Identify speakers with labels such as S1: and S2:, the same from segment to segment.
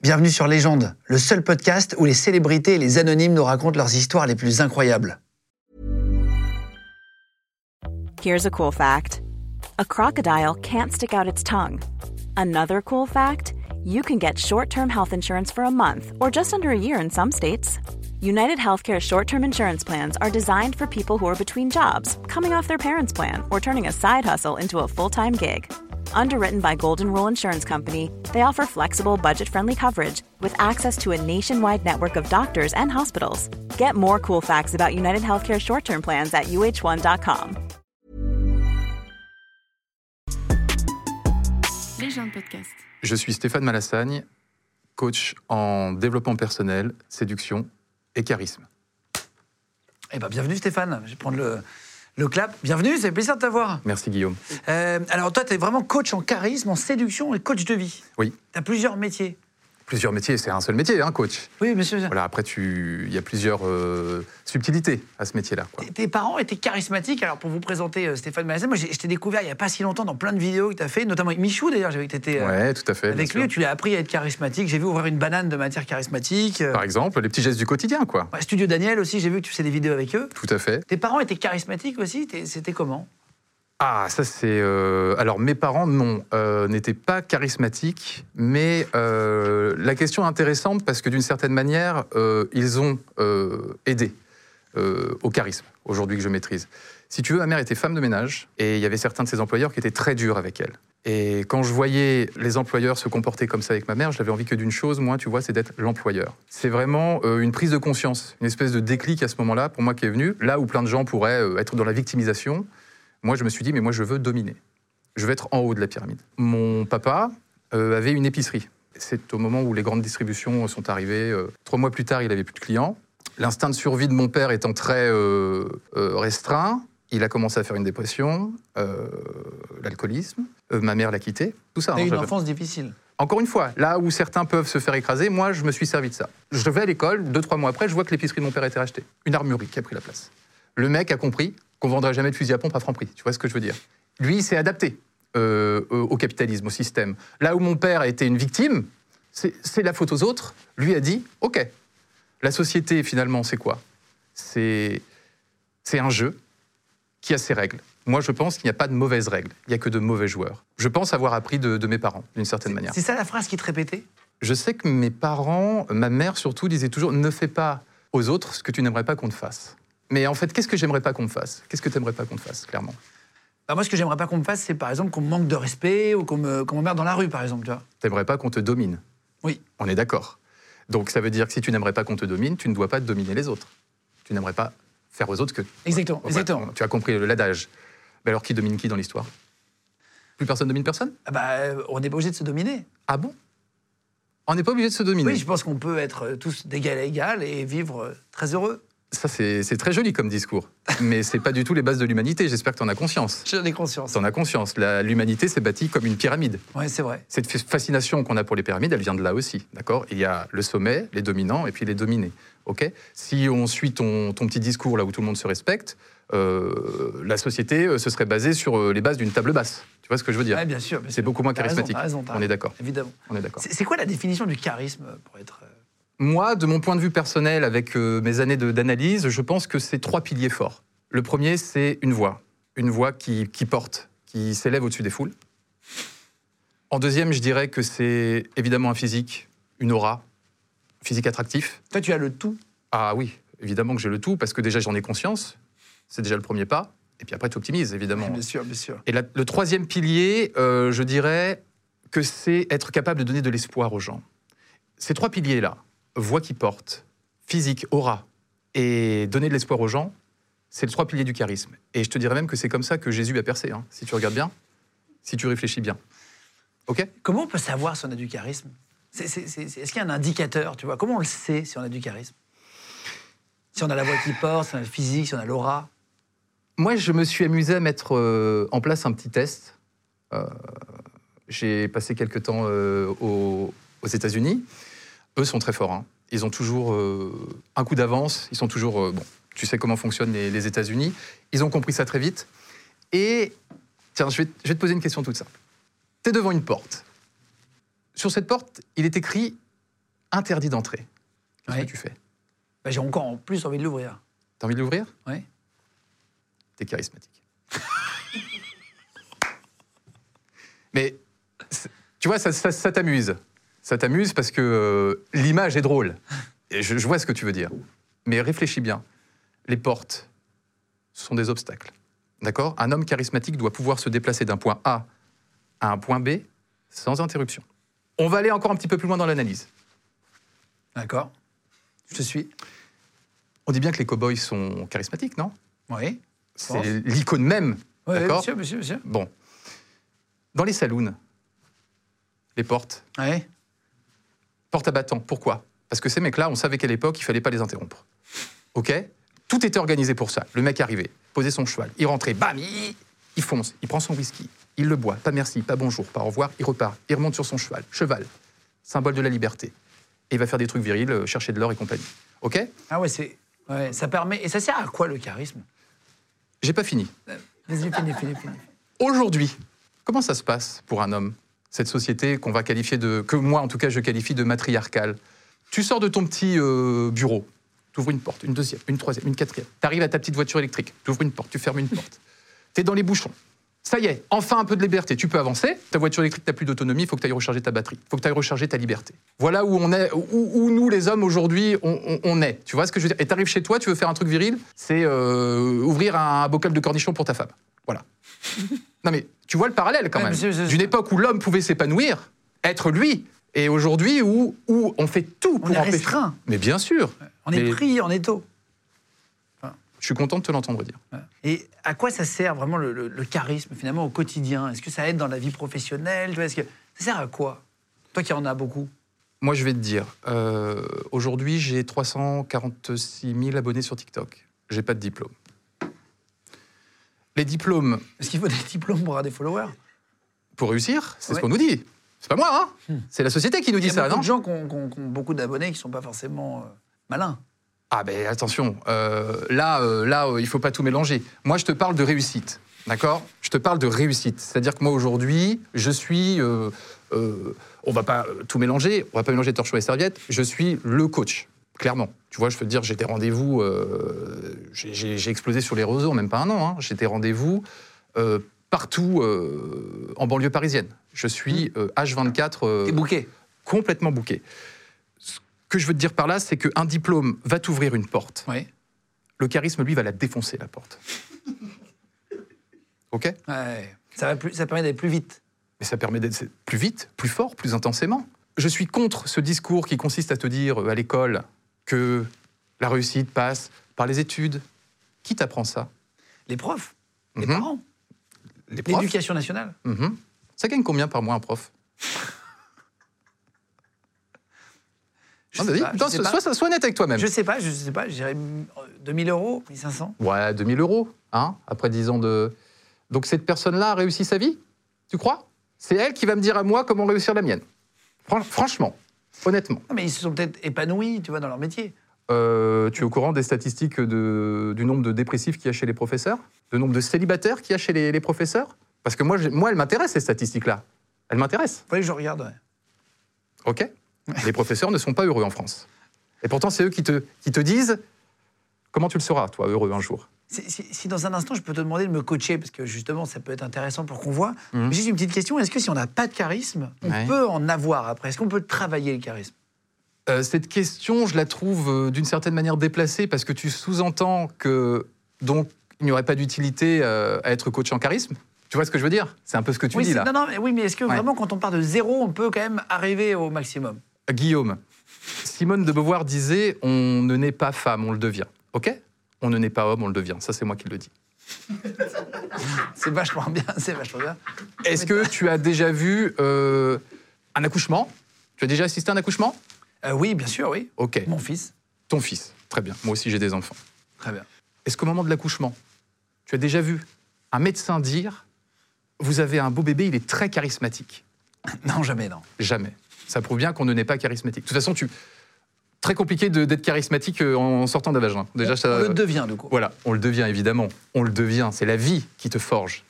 S1: Bienvenue sur Légende, le seul podcast où les célébrités et les anonymes nous racontent leurs histoires les plus incroyables.
S2: Here's a cool fact a crocodile can't stick out its tongue. Another cool fact you can get short term health insurance for a month or just under a year in some states. United Healthcare short term insurance plans are designed for people who are between jobs, coming off their parents' plan, or turning a side hustle into a full time gig. Underwritten by Golden Rule Insurance Company, they offer flexible, budget friendly coverage with access to a nationwide network of doctors and hospitals. Get more cool facts about United Healthcare short term plans at uh1.com.
S3: Légende Podcast.
S4: Je suis Stéphane Malassagne, coach en développement personnel, séduction et charisme.
S1: Eh ben, bienvenue Stéphane, je vais prendre le, le clap. Bienvenue, c'est un plaisir de t'avoir.
S4: Merci Guillaume.
S1: Euh, alors toi, tu es vraiment coach en charisme, en séduction et coach de vie.
S4: Oui.
S1: Tu as plusieurs métiers.
S4: Plusieurs métiers, c'est un seul métier, hein, coach.
S1: Oui, monsieur.
S4: Voilà, après, tu- il y a plusieurs euh, subtilités à ce métier-là. quoi.
S1: Tes parents étaient charismatiques. Alors, pour vous présenter euh, Stéphane Malassagne, moi, j'ai- je t'ai découvert il n'y a pas si longtemps dans plein de vidéos que tu as fait, notamment avec Michou d'ailleurs. J'avais vu que tu étais
S4: Ouais, tout à fait.
S1: euh, avec
S4: bien
S1: lui,
S4: sûr.
S1: tu l'as appris à être charismatique. J'ai vu ouvrir une banane de matière charismatique. Euh,
S4: Par exemple, les petits gestes du quotidien, quoi.
S1: ouais, Studio Daniel aussi, j'ai vu que tu faisais des vidéos avec eux.
S4: Tout à fait.
S1: Tes parents étaient charismatiques aussi T'es- C'était comment
S4: Ah, ça c'est. euh, Alors mes parents non euh, n'étaient pas charismatiques, mais euh, la question est intéressante parce que d'une certaine manière euh, ils ont euh, aidé euh, au charisme aujourd'hui que je maîtrise. Si tu veux, ma mère était femme de ménage et il y avait certains de ses employeurs qui étaient très durs avec elle. Et quand je voyais les employeurs se comporter comme ça avec ma mère, je n'avais envie que d'une chose, moi, tu vois, c'est d'être l'employeur. C'est vraiment euh, une prise de conscience, une espèce de déclic à ce moment-là, pour moi qui est venu, là où plein de gens pourraient euh, être dans la victimisation, moi, je me suis dit, mais moi, je veux dominer. Je veux être en haut de la pyramide. Mon papa euh, avait une épicerie. C'est au moment où les grandes distributions sont arrivées. euh, trois mois plus tard, il n'avait plus de clients. L'instinct de survie de mon père étant très euh, euh, restreint, il a commencé à faire une dépression, euh, l'alcoolisme. Euh, ma mère l'a quitté. Tout ça.
S1: T'as eu
S4: hein,
S1: une
S4: j'avais-
S1: enfance difficile.
S4: encore une fois, là où certains peuvent se faire écraser, moi, je me suis servi de ça. Je vais à l'école, deux, trois mois après, je vois que l'épicerie de mon père a été rachetée. Une armurerie qui a pris la place. Le mec a compris qu'on vendrait jamais de fusil à pompe à franc prix. Tu vois ce que je veux dire Lui, il s'est adapté euh, euh, au capitalisme, au système. Là où mon père était une victime, c'est c'est la faute aux autres. Lui a dit OK, la société, finalement, c'est quoi C'est c'est un jeu qui a ses règles. Moi, je pense qu'il n'y a pas de mauvaises règles, il n'y a que de mauvais joueurs. Je pense avoir appris de, de mes parents, d'une certaine manière.
S1: C'est ça la phrase qui te répétait
S4: Je sais que mes parents, ma mère surtout, disait toujours ne fais pas aux autres ce que tu n'aimerais pas qu'on te fasse. Mais en fait, qu'est-ce que j'aimerais pas qu'on me fasse Qu'est-ce que tu n'aimerais pas qu'on te fasse, clairement
S1: Bah, Moi, ce que j'aimerais pas qu'on me fasse, c'est par exemple qu'on me manque de respect ou qu'on me- qu'on m'emmerde dans la rue, par exemple. Tu vois
S4: T'aimerais pas qu'on te domine.
S1: Oui.
S4: On est d'accord. Donc ça veut dire que si tu n'aimerais pas qu'on te domine, tu ne dois pas dominer les autres. Tu n'aimerais pas faire aux autres que.
S1: Exactement,
S4: Voilà,
S1: exactement.
S4: Tu as compris l'adage. Mais alors qui domine qui dans l'histoire Plus personne domine personne
S1: Ah bah, euh, on n'est pas obligé de se dominer.
S4: Ah bon On n'est pas obligé de se dominer.
S1: Oui, je pense qu'on peut être euh, tous d'égal à égal et vivre euh, très heureux.
S4: Ça, c'est c'est très joli comme discours. Mais c'est pas du tout les bases de l'humanité. J'espère que tu en as conscience.
S1: J'en ai conscience.
S4: T'en as conscience. La- L'humanité s'est bâtie comme une pyramide.
S1: Oui, c'est vrai.
S4: Cette f- fascination qu'on a pour les pyramides, elle vient de là aussi, d'accord Il y a le sommet, les dominants et puis les dominés, ok Si on suit ton, ton petit discours là où tout le monde se respecte, euh, la société euh, se serait basée sur euh, les bases d'une table basse. Tu vois ce que je veux dire
S1: Ouais, bien sûr. bien
S4: C'est
S1: sûr.
S4: beaucoup moins
S1: T'as raison,
S4: charismatique.
S1: t'as raison, t'as
S4: on est
S1: raison.
S4: d'accord.
S1: Évidemment.
S4: On est d'accord.
S1: C'est c'est quoi la définition du charisme euh, pour être. euh,
S4: Moi, de mon point de vue personnel, avec euh, mes années de- d'analyse, je pense que c'est trois piliers forts. Le premier, c'est une voix. Une voix qui, qui porte, qui s'élève au-dessus des foules. En deuxième, je dirais que c'est évidemment un physique, une aura, physique attractif.
S1: Toi, tu as le tout.
S4: Ah oui, évidemment que j'ai le tout, parce que déjà j'en ai conscience. C'est déjà le premier pas. Et puis après, tu optimises, évidemment.
S1: Bien sûr, bien sûr.
S4: Et la- le troisième pilier, euh, je dirais que c'est être capable de donner de l'espoir aux gens. Ces trois piliers-là, voix qui porte, physique, aura et donner de l'espoir aux gens, c'est les trois piliers du charisme. Et je te dirais même que c'est comme ça que Jésus a percé, hein, si tu regardes bien, si tu réfléchis bien. OK
S1: Comment on peut savoir si on a du charisme C'est- c'est- c'est- c'est- Est-ce qu'il y a un indicateur, tu vois Comment on le sait si on a du charisme Si on a la voix qui porte, si on a le physique, si on a l'aura
S4: Moi, je me suis amusé à mettre euh, en place un petit test. Euh, J'ai passé quelques temps euh, aux, aux États-Unis. Eux sont très forts. hein. Ils ont toujours euh, un coup d'avance. Ils sont toujours. euh, bon, tu sais comment fonctionnent les, les États-Unis. Ils ont compris ça très vite. Et tiens, je vais, je vais te poser une question toute simple. Tu es devant une porte. Sur cette porte, il est écrit interdit d'entrée, qu'est-ce
S1: Ouais.
S4: que tu fais
S1: Bah, J'ai encore en plus envie de l'ouvrir.
S4: T'as envie de l'ouvrir
S1: Ouais.
S4: T'es charismatique. Mais c'est- tu vois, ça, ça- ça t'amuse. Ça t'amuse parce que euh, l'image est drôle. Et je, je vois ce que tu veux dire. Mais réfléchis bien. Les portes sont des obstacles. D'accord Un homme charismatique doit pouvoir se déplacer d'un point A à un point B sans interruption. On va aller encore un petit peu plus loin dans l'analyse.
S1: D'accord Je te suis.
S4: On dit bien que les cow-boys sont charismatiques, non
S1: Oui.
S4: C'est l'icône même
S1: Oui,
S4: D'accord.
S1: monsieur, monsieur, monsieur.
S4: Bon. Dans les saloons, les portes,
S1: Ouais.
S4: portes à battants, pourquoi Parce que ces mecs-là, on savait qu'à l'époque, il fallait pas les interrompre. OK Tout était organisé pour ça. Le mec arrivait, posait son cheval, il rentrait, bam, il, il fonce, il prend son whisky, il le boit, pas merci, pas bonjour, pas au revoir, il repart, il remonte sur son cheval. Cheval, symbole de la liberté. Et il va faire des trucs virils, euh, chercher de l'or et compagnie. OK
S1: Ah ouais, c'est. Ouais, ça permet. Et ça sert à quoi le charisme
S4: J'ai pas fini.
S1: Vas-y, finis, finis, finis.
S4: Aujourd'hui, comment ça se passe pour un homme Cette société qu'on va qualifier de, que moi en tout cas je qualifie de matriarcale. Tu sors de ton petit euh, bureau, t'ouvres une porte, une deuxième, une troisième, une quatrième. T'arrives à ta petite voiture électrique, t'ouvres une porte, tu fermes une porte. T'es dans les bouchons. Ça y est, enfin un peu de liberté. Tu peux avancer. Ta voiture électrique, t'as plus d'autonomie. Il faut que t'ailles recharger ta batterie. Il faut que t'ailles recharger ta liberté. Voilà où on est, où, où nous les hommes aujourd'hui, on, on- on est. Tu vois ce que je veux dire Et t'arrives chez toi, tu veux faire un truc viril, c'est euh, ouvrir un, bocal de cornichons pour ta femme. Voilà. non mais tu vois le parallèle quand
S1: Ouais,
S4: même.
S1: mais c'est- c'est-
S4: D'une époque où l'homme pouvait s'épanouir, être lui, et aujourd'hui où, où on fait tout pour
S1: est
S4: empêcher.
S1: restreint.
S4: Mais bien sûr.
S1: On est
S4: Mais
S1: pris en étau.
S4: Je suis content de te l'entendre dire.
S1: Et à quoi ça sert vraiment le, le- le charisme finalement au quotidien Est-ce que ça aide dans la vie professionnelle Tu vois, est-ce que ça sert à quoi Toi qui en as beaucoup.
S4: Moi, je vais te dire, euh, aujourd'hui, j'ai 346 000 abonnés sur TikTok. J'ai pas de diplôme. Les diplômes,
S1: Est-ce qu'il faut des diplômes pour avoir des followers
S4: pour réussir, c'est
S1: Ouais. Hmm.
S4: ce qu'on nous dit. C'est pas moi, hein C'est la société qui nous
S1: Il y
S4: dit
S1: a
S4: ça,
S1: beaucoup
S4: non
S1: de gens qui ont, qui ont- qui ont beaucoup d'abonnés qui sont pas forcément euh, malins.
S4: Ah ben attention, euh, là, euh, là, euh, il faut pas tout mélanger. Moi, je te parle de réussite, d'accord Je te parle de réussite, c'est-à-dire que moi aujourd'hui, je suis, euh, euh, on va pas euh, tout mélanger, on va pas mélanger torchon et serviette. Je suis le coach, clairement. Tu vois, je peux te dire, j'ai des rendez-vous, euh, j'ai- j'ai j'ai explosé sur les réseaux, en même pas un an. Hein. J'ai des rendez-vous euh, partout euh, en banlieue parisienne. Je suis euh, H24. euh,
S1: T'es bouquet.
S4: complètement bouqué. Ce que je veux te dire par là, c'est qu'un diplôme va t'ouvrir une porte.
S1: Oui.
S4: Le charisme, lui, va la défoncer, la porte. OK
S1: Ouais. Ça, va plus, ça permet d'aller plus vite.
S4: Mais ça permet d'être plus vite, plus fort, plus intensément. Je suis contre ce discours qui consiste à te dire euh, à l'école que la réussite passe par les études. Qui t'apprend ça
S1: Les profs, les
S4: Mhm.
S1: parents,
S4: Les profs
S1: l'éducation nationale.
S4: Mhm. Ça gagne combien par mois un prof
S1: Je
S4: Ah,
S1: sais
S4: vas-y,
S1: pas, je
S4: putain,
S1: sais
S4: sois-
S1: pas.
S4: sois- sois net avec toi-même.
S1: Je sais pas, je sais pas, je dirais 2000 euros, 1500.
S4: Ouais, 2000 euros, hein, après 10 ans de... Donc cette personne-là a réussi sa vie Tu crois C'est elle qui va me dire à moi comment réussir la mienne. Fran- franchement, honnêtement.
S1: Non, mais ils se sont peut-être épanouis, tu vois, dans leur métier.
S4: Euh, tu es au courant des statistiques de- du nombre de dépressifs qu'il y a chez les professeurs Le nombre de célibataires qu'il y a chez les, les professeurs Parce que moi, j'ai- moi elles m'intéressent, ces statistiques-là. Elles m'intéressent,
S1: Fallait que je regarde. ouais.
S4: ok Les professeurs ne sont pas heureux en France. Et pourtant, c'est eux qui te, qui te disent comment tu le seras, toi, heureux un jour.
S1: Si, si- si dans un instant je peux te demander de me coacher, parce que justement ça peut être intéressant pour qu'on voit, mais juste une petite question, est-ce que si on n'a pas de charisme, on
S4: Mhm. Ouais.
S1: peut en avoir après Est-ce qu'on peut travailler le charisme
S4: Euh, cette question, je la trouve euh, d'une certaine manière déplacée parce que tu sous-entends que donc il n'y aurait pas d'utilité euh, à être coach en charisme. Tu vois ce que je veux dire C'est un peu ce que tu
S1: oui,
S4: dis
S1: c'est-
S4: là.
S1: Non, non, mais, oui, mais est-ce que
S4: Ouais.
S1: vraiment quand on part de zéro, on peut quand même arriver au maximum
S4: Guillaume, Simone de Beauvoir disait on ne naît pas femme, on le devient. OK On ne naît pas homme, on le devient. Ça c'est moi qui le dis.
S1: C'est vachement bien, c'est vachement bien.
S4: Est-ce que tu as déjà vu euh, un accouchement Tu as déjà assisté à un accouchement
S1: Euh, oui, bien sûr, oui.
S4: OK.
S1: Mon fils,
S4: Ton fils. Très bien. Moi aussi j'ai des enfants.
S1: très bien.
S4: Est-ce qu'au moment de l'accouchement, tu as déjà vu un médecin dire Vous avez un beau bébé, il est très charismatique
S1: Non, jamais, non.
S4: Jamais. Ça prouve bien qu'on ne n'est pas charismatique. De toute façon, tu. Très compliqué de- d'être charismatique euh, en sortant d'un vagin. Déjà, ça.
S1: On le devient, du coup.
S4: Voilà, on le devient évidemment. On le devient. C'est la vie qui te forge.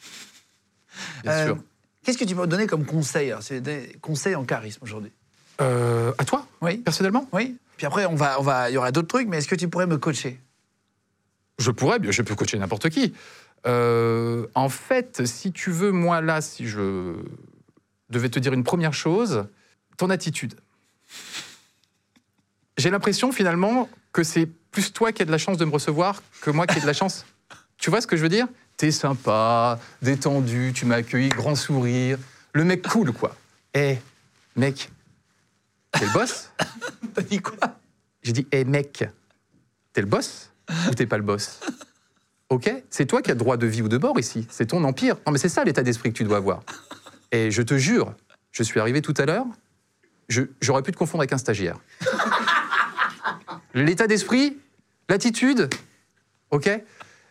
S4: Bien
S1: Euh,
S4: sûr.
S1: Qu'est-ce que tu peux me donner comme conseil alors, c'est des conseils en charisme aujourd'hui
S4: Euh, à toi,
S1: Oui,
S4: personnellement
S1: oui. Puis après, on va, on va, il y aura d'autres trucs, mais est-ce que tu pourrais me coacher
S4: Je pourrais, bien- je peux coacher n'importe qui. Euh, en fait, si tu veux, moi là, si je devais te dire une première chose, ton attitude. J'ai l'impression finalement que c'est plus toi qui as de la chance de me recevoir que moi qui ai de la chance. tu vois ce que je veux dire T'es sympa, détendu, tu m'as accueilli, grand sourire. Le mec cool, quoi. Eh, mec, t'es le boss
S1: T'as dit quoi
S4: J'ai dit, hé mec, t'es le boss ou t'es pas le boss Ok C'est toi qui as droit de vie ou de mort ici. C'est ton empire. Non, mais c'est ça l'état d'esprit que tu dois avoir. Et je te jure, je suis arrivé tout à l'heure, je- j'aurais pu te confondre avec un stagiaire. L'état d'esprit, l'attitude, ok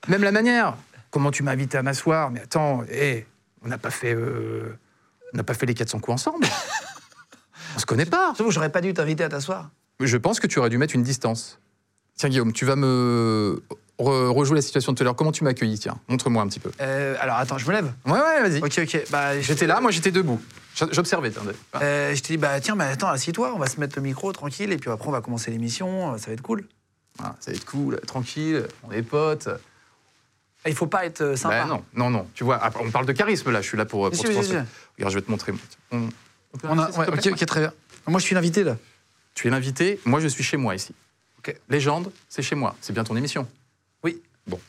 S4: Même la manière. Comment tu m'as invité à m'asseoir Mais attends, eh. hé, on n'a pas fait. euh, on n'a pas fait les 400 coups ensemble. On se connaît pas.
S1: J'avoue, j'aurais pas dû t'inviter à t'asseoir.
S4: Je pense que tu aurais dû mettre une distance. Tiens, Guillaume, tu vas me re- rejouer la situation de tout à l'heure. Comment tu m'as accueilli Tiens, montre-moi un petit peu.
S1: Euh, alors attends, je me lève.
S4: Ouais, ouais, vas-y.
S1: Ok, ok. Bah,
S4: J'étais là, moi j'étais debout. J'- J'observais. tiens, de- Ah.
S1: Euh, je t'ai dit, bah tiens, mais attends, assieds-toi, on va se mettre le micro tranquille, et puis après on va commencer l'émission, euh, ça va être cool.
S4: Ah, ça va être cool, tranquille, on est potes.
S1: Et Il faut pas être euh, sympa.
S4: Bah, non, non, non. Tu vois, après, on parle de charisme là, je suis là pour, pour
S1: Bien
S4: te
S1: sûr, bien
S4: transmettre. Regarde, je vais te montrer. On- on peut
S1: On a-
S4: avancer, s'il
S1: ouais,
S4: te plaît
S1: ok, ok, très bien. Moi je suis l'invité là.
S4: Tu es l'invité, moi je suis chez moi ici.
S1: Ok.
S4: Légende, c'est chez moi. C'est bien ton émission.
S1: Oui.
S4: Bon.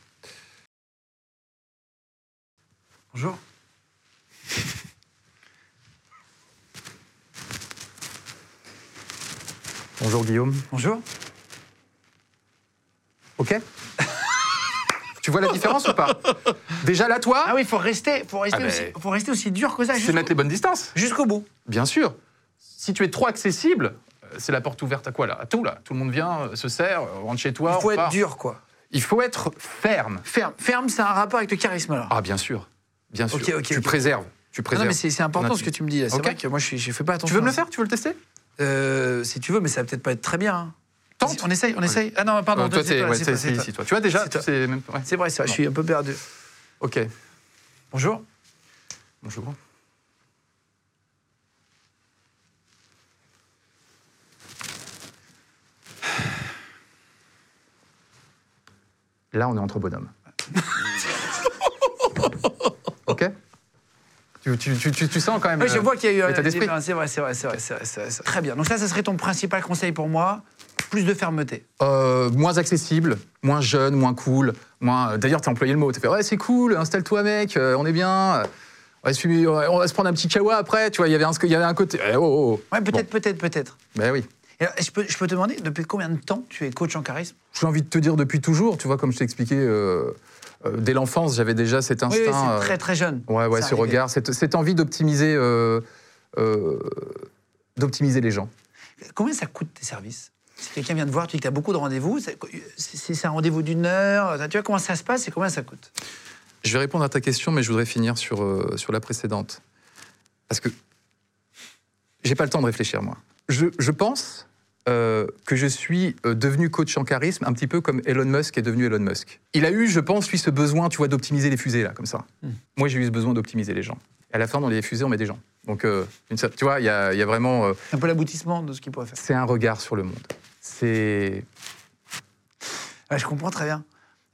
S1: Bonjour.
S4: Bonjour Guillaume.
S1: Bonjour.
S4: Ok Tu vois la différence ou pas Déjà là, toi,
S1: Ah oui, faut rester, faut rester,
S4: Ah
S1: aussi,
S4: ben-
S1: faut rester aussi dur que ça.
S4: c'est
S1: jusqu'au-
S4: mettre les bonnes distances.
S1: Jusqu'au bout.
S4: Bien sûr. Si tu es trop accessible, euh, c'est la porte ouverte à quoi là À tout là. Tout le monde vient, euh, se sert, euh, rentre chez toi.
S1: Il faut
S4: on
S1: être
S4: part.
S1: dur, quoi.
S4: Il faut être ferme.
S1: Ferme. Ferme, c'est un rapport avec le charisme alors.
S4: Ah bien sûr, bien sûr.
S1: Ok, ok,
S4: tu
S1: ok.
S4: préserves, tu
S1: Ah non,
S4: préserves.
S1: mais c'est c'est important
S4: Ton
S1: ce que tu me dis là. C'est
S4: Ok.
S1: vrai que moi je suis- j'ai fait pas attention.
S4: tu veux
S1: à
S4: me le
S1: ça.
S4: faire Tu veux le tester
S1: Euh, Si tu veux, mais ça va peut-être pas être très bien. hein.
S4: Tente.
S1: Vas-y, On essaye, on essaye. Ah non, pardon.
S4: Euh, Toi, t'es
S1: c'est
S4: ouais,
S1: c'est
S4: t'es-
S1: c'est
S4: c'est ici. Toi, tu vois déjà.
S1: C'est toi.
S4: C'est même. ouais.
S1: C'est vrai, c'est vrai, je suis un peu perdu.
S4: Ok.
S1: Bonjour.
S4: Bonjour. Là, on est entre bonhommes. ok tu, tu- tu- tu- tu sens quand même.
S1: Oui, je
S4: euh,
S1: vois qu'il y a eu un
S4: l'état d'esprit.
S1: C'est vrai, c'est vrai, c'est vrai, c'est vrai, c'est vrai, c'est vrai. Très bien. Donc ça, ça serait ton principal conseil pour moi plus de fermeté.
S4: Euh, moins accessible, moins jeune, moins cool. Moins... euh, D'ailleurs, t'as employé le mot. T'as fait Ouais, c'est cool, installe-toi, mec, euh, on est bien. On va, se, fumer- on va se prendre un petit kawa après. Tu vois, il y avait un, il y avait un côté. Eh, oh, oh, oh.
S1: Ouais, peut-être, peut-être, peut-être.
S4: Ben oui.
S1: Et alors, Je peux, je peux te demander depuis combien de temps tu es coach en charisme
S4: J'ai envie de te dire depuis toujours, tu vois, comme je t'ai expliqué, euh, euh, dès l'enfance, j'avais déjà cet
S1: Oui,
S4: instinct.
S1: oui,
S4: euh,
S1: c'est très très jeune.
S4: ouais, ouais,
S1: C'est
S4: ce
S1: arrivé.
S4: regard, cette, cette envie d'optimiser. euh, euh, d'optimiser les gens.
S1: Combien ça coûte tes services Si quelqu'un vient te voir, tu dis que tu as beaucoup de rendez-vous, ça- c'est c'est un rendez-vous d'une heure, tu vois comment ça se passe et combien ça coûte
S4: Je vais répondre à ta question, mais je voudrais finir sur, euh, sur la précédente. Parce que j'ai pas le temps de réfléchir, moi. Je, je pense euh, que je suis euh, devenu coach en charisme, un petit peu comme Elon Musk est devenu Elon Musk. Il a eu, je pense, lui, ce besoin, tu vois, d'optimiser les fusées, là, comme ça.
S1: Hmm.
S4: Moi, j'ai eu ce besoin d'optimiser les gens. Et à la fin, dans les fusées, on met des gens. Donc, euh, une sorte- tu vois, il y a, il y a vraiment... euh,
S1: C'est un peu l'aboutissement de ce qu'il pourrait faire.
S4: c'est un regard sur le monde. C'est...
S1: Ouais, je comprends très bien.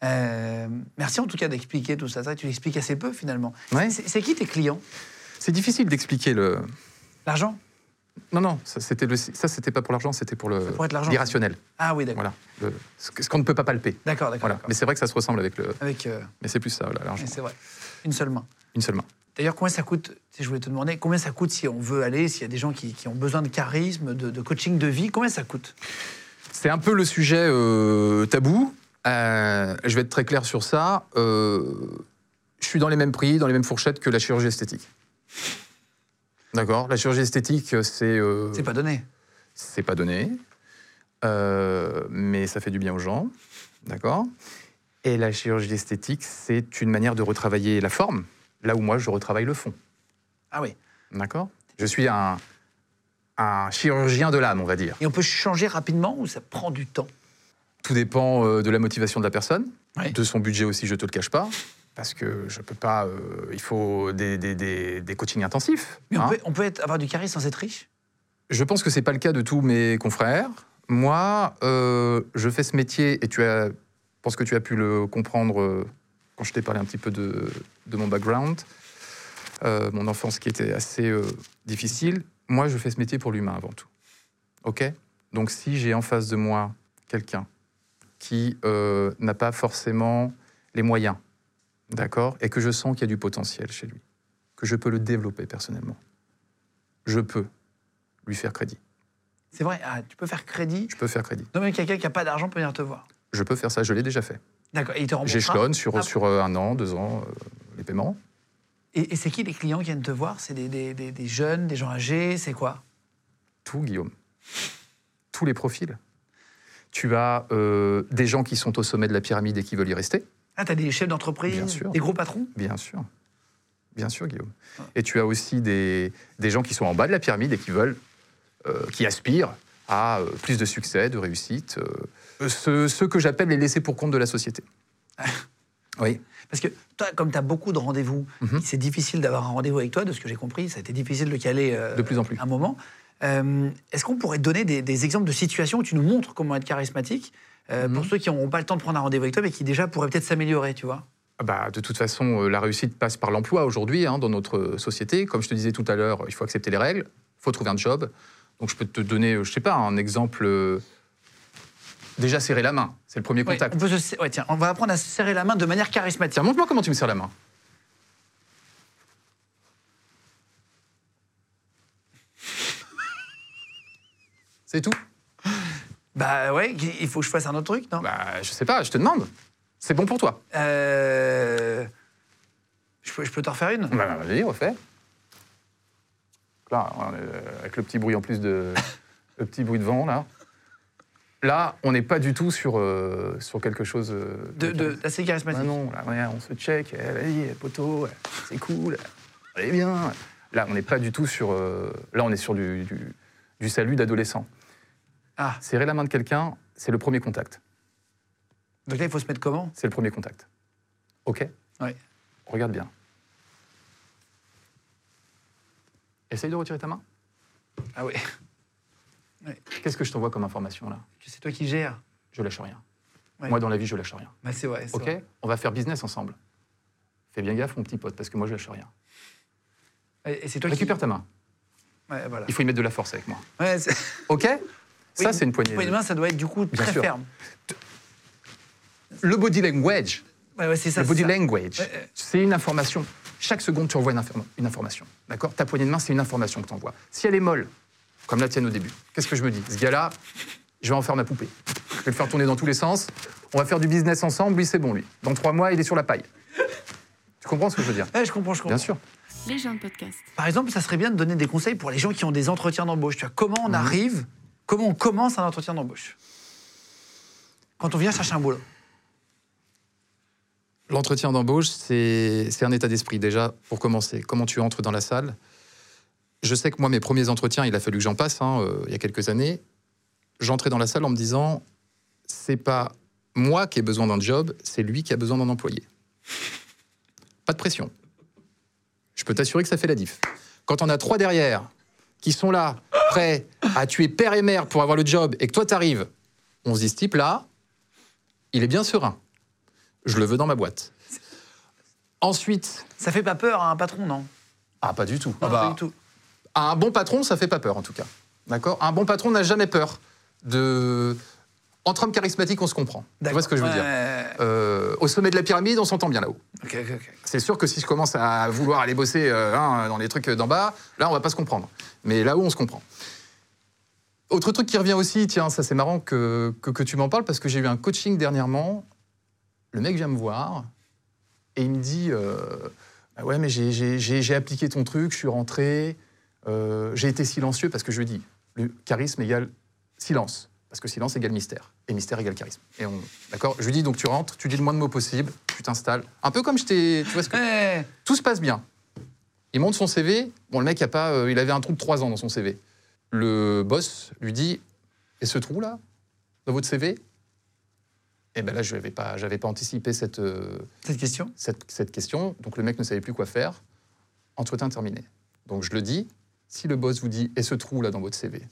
S1: Euh, merci en tout cas d'expliquer tout ça. C'est vrai que Tu l'expliques assez peu finalement.
S4: Ouais.
S1: C'est c'est qui tes clients
S4: C'est difficile d'expliquer le...
S1: L'argent
S4: Non, non, ça, c'était le- ça, c'était pas pour l'argent, c'était pour le...
S1: pourrait être l'argent.
S4: L'irrationnel.
S1: Ah oui, d'accord.
S4: Voilà. Le- ce que- ce qu'on ne peut pas palper.
S1: D'accord, d'accord.
S4: Voilà.
S1: d'accord.
S4: Mais c'est vrai que ça se ressemble avec le.
S1: Avec. euh,
S4: Mais c'est plus ça, voilà, l'argent.
S1: ouais, c'est vrai. Une seule main.
S4: Une seule main.
S1: D'ailleurs, combien ça coûte Si je voulais te demander, combien ça coûte si on veut aller, s'il y a des gens qui, qui ont besoin de charisme, de, de coaching de vie, combien ça coûte
S4: Euh. C'est un peu le sujet euh, tabou. Euh, je vais être très clair sur ça. Euh, je suis dans les mêmes prix, dans les mêmes fourchettes que la chirurgie esthétique. D'accord La chirurgie esthétique, c'est. euh,
S1: C'est pas donné.
S4: c'est pas donné. Euh, mais ça fait du bien aux gens. D'accord Et la chirurgie esthétique, c'est une manière de retravailler la forme, là où moi, je retravaille le fond.
S1: Ah oui.
S4: D'accord Je suis un, un chirurgien de l'âme, on va dire.
S1: Et on peut changer rapidement ou ça prend du temps
S4: Tout dépend euh, de la motivation de la personne,
S1: Oui.
S4: de son budget aussi, je te le cache pas. Parce que je peux pas. euh, il faut des, des, des- des coachings intensifs.
S1: Mais on,
S4: hein.
S1: peut, on peut être, avoir du charisme sans être riche
S4: Je pense que c'est pas le cas de tous mes confrères. Moi, euh, je fais ce métier et tu as, je pense que tu as pu le comprendre euh, quand je t'ai parlé un petit peu de, de mon background, euh, mon enfance qui était assez euh, difficile. Moi, je fais ce métier pour l'humain avant tout. Ok Donc, si j'ai en face de moi quelqu'un qui euh, n'a pas forcément les moyens, d'accord, et que je sens qu'il y a du potentiel chez lui, que je peux le développer personnellement, je peux lui faire crédit.
S1: C'est vrai, ah, tu peux faire crédit.
S4: Je peux faire crédit.
S1: Non, mais quelqu'un qui n'a pas d'argent peut venir te voir.
S4: Je peux faire ça, je l'ai déjà fait.
S1: D'accord, et il te remboursera.
S4: J'échelonne sur,
S1: Ah,
S4: sur euh, un an, deux ans, euh, les paiements.
S1: Et, et c'est qui les clients qui viennent te voir C'est des, des- des- des jeunes, des gens âgés, c'est quoi
S4: tout, Guillaume. Tous les profils. Tu as euh, des gens qui sont au sommet de la pyramide et qui veulent y rester,
S1: Ah, t'as des chefs
S4: Bien
S1: d'entreprise,
S4: sûr.
S1: des gros patrons
S4: bien sûr. Bien sûr, Guillaume.
S1: Ouais.
S4: Et tu as aussi des, des gens qui sont en bas de la pyramide et qui veulent, euh, qui aspirent à euh, plus de succès, de réussite. euh, ceux, ceux que j'appelle les laissés pour compte de la société. oui.
S1: Parce que toi, comme t'as beaucoup de rendez-vous,
S4: Mhm.
S1: c'est difficile d'avoir un rendez-vous avec toi, de ce que j'ai compris. Ça a été difficile de caler euh,
S4: De plus en plus.
S1: un moment. Euh, Est-ce qu'on pourrait donner des, des exemples de situations où tu nous montres comment être charismatique euh,
S4: Mhm.
S1: pour ceux qui n'auront pas le temps de prendre un rendez-vous avec toi, mais qui déjà pourraient peut-être s'améliorer, tu vois
S4: Bah, de toute façon, euh, la réussite passe par l'emploi aujourd'hui hein, dans notre société. Comme je te disais tout à l'heure, il faut accepter les règles, il faut trouver un job. Donc je peux te donner, euh, je sais pas, un exemple. euh, Déjà serrer la main, c'est le premier
S1: Ouais,
S4: contact.
S1: on peut se ser- ouais, tiens, on va apprendre à se serrer la main de manière charismatique.
S4: Tiens, montre-moi comment tu me serres la main. C'est tout
S1: Bah ouais, il faut que je fasse un autre truc, non
S4: Bah, je sais pas, je te demande. C'est bon pour toi.
S1: Euh, Je peux, je peux t'en refaire une
S4: Bah, vas-y, refais. Là, on est, euh, avec le petit bruit en plus de. le petit bruit de vent, là. Là, on n'est pas du tout sur, euh, sur quelque chose. euh,
S1: de, de- assez charismatique.
S4: Bah non, là, ouais, on se check, eh, vas-y, poteau, ouais, c'est cool, on est bien. Là, on n'est pas du tout sur. euh, là, on est sur du, du, du salut d'adolescent.
S1: Ah,
S4: Serrer la main de quelqu'un, c'est le premier contact.
S1: donc là, il faut se mettre comment
S4: C'est le premier contact. OK
S1: Ouais.
S4: Regarde bien. Essaye de retirer ta main.
S1: Ah ouais,
S4: Qu'est-ce que je t'envoie comme information là
S1: c'est toi qui gères.
S4: Je lâche rien.
S1: Ouais.
S4: Moi, dans la vie, je lâche rien.
S1: Bah c'est vrai, c'est
S4: Ok
S1: vrai.
S4: On va faire business ensemble. Fais bien gaffe, mon petit pote, parce que moi, je lâche rien.
S1: Et et c'est toi
S4: Récupère
S1: qui...
S4: ta main.
S1: Ouais, voilà.
S4: Il faut y mettre de la force avec moi.
S1: Ouais, c'est-
S4: Ok Ça,
S1: Oui,
S4: c'est une poignée.
S1: poignée de main, ça doit être du coup très
S4: sûr.
S1: ferme.
S4: Le body language.
S1: Ouais, ouais, c'est ça.
S4: le
S1: c'est
S4: body
S1: ça.
S4: language,
S1: Ouais, ouais.
S4: c'est une information. Chaque seconde, tu envoies une, informa- une information. D'accord Ta poignée de main, c'est une information que tu envoies. Si elle est molle, comme la tienne au début, qu'est-ce que je me dis Ce gars-là, je vais en faire ma poupée. Je vais le faire tourner dans tous les sens. On va faire du business ensemble. Lui, c'est bon, lui. Dans trois mois, il est sur la paille. Tu comprends ce que je veux dire
S1: Ouais, je comprends, je comprends.
S4: Bien sûr.
S3: Les gens de podcast.
S1: Par exemple, ça serait bien de donner des conseils pour les gens qui ont des entretiens d'embauche. Tu vois, comment
S4: Mhm.
S1: on arrive, comment on commence un entretien d'embauche Quand on vient chercher un boulot.
S4: L'entretien d'embauche, c'est c'est un état d'esprit déjà, pour commencer. Comment tu entres dans la salle Je sais que moi, mes premiers entretiens, il a fallu que j'en passe hein, euh, il y a quelques années. J'entrais dans la salle en me disant c'est pas moi qui ai besoin d'un job, c'est lui qui a besoin d'un employé. Pas de pression. Je peux t'assurer que ça fait la diff. Quand on a trois derrière qui sont là, prêts à tuer père et mère pour avoir le job, et que toi t'arrives, on se dit ce type-là, il est bien serein. Je le veux dans ma boîte. Ensuite,
S1: Ça fait pas peur à un patron, non
S4: ah pas du tout.
S1: Non,
S4: Ah bah,
S1: pas du tout.
S4: à un bon patron, ça fait pas peur en tout cas. D'accord Un bon patron n'a jamais peur de. Entre hommes charismatiques, on se comprend. Tu vois
S1: D'accord.
S4: ce que je veux
S1: Ouais,
S4: dire
S1: ouais,
S4: Euh, Au sommet de la pyramide, on s'entend bien là-haut.
S1: ouais. Ok, ok, ok.
S4: C'est sûr que si je commence à vouloir aller bosser euh, hein, dans les trucs d'en bas, là, on va pas se comprendre. Mais là-haut, on se comprend. Autre truc qui revient aussi, tiens, ça c'est marrant que, que, que tu m'en parles parce que j'ai eu un coaching dernièrement. Le mec vient me voir et il me dit euh, Bah Ouais, mais j'ai- j'ai j'ai- j'ai appliqué ton truc, je suis rentré, euh, j'ai été silencieux parce que je lui dis le charisme égale silence. Parce que silence égale mystère. Et mystère égale charisme. Et on. D'accord Je lui dis donc tu rentres, tu dis le moins de mots possible, tu t'installes. Un peu comme je t'ai. Tu vois ce que.
S1: Ouais.
S4: Tout se passe bien. Il monte son CV. Bon, le mec, a pas, euh, il avait un trou de 3 ans dans son CV. Le boss lui dit Et ce trou-là, dans votre CV Eh bien là, je n'avais pas, j'avais pas anticipé cette, euh,
S1: Cette question
S4: cette, cette question. Donc le mec ne savait plus quoi faire. Entretien terminé. Donc je le dis Si le boss vous dit et ce trou là dans votre CV,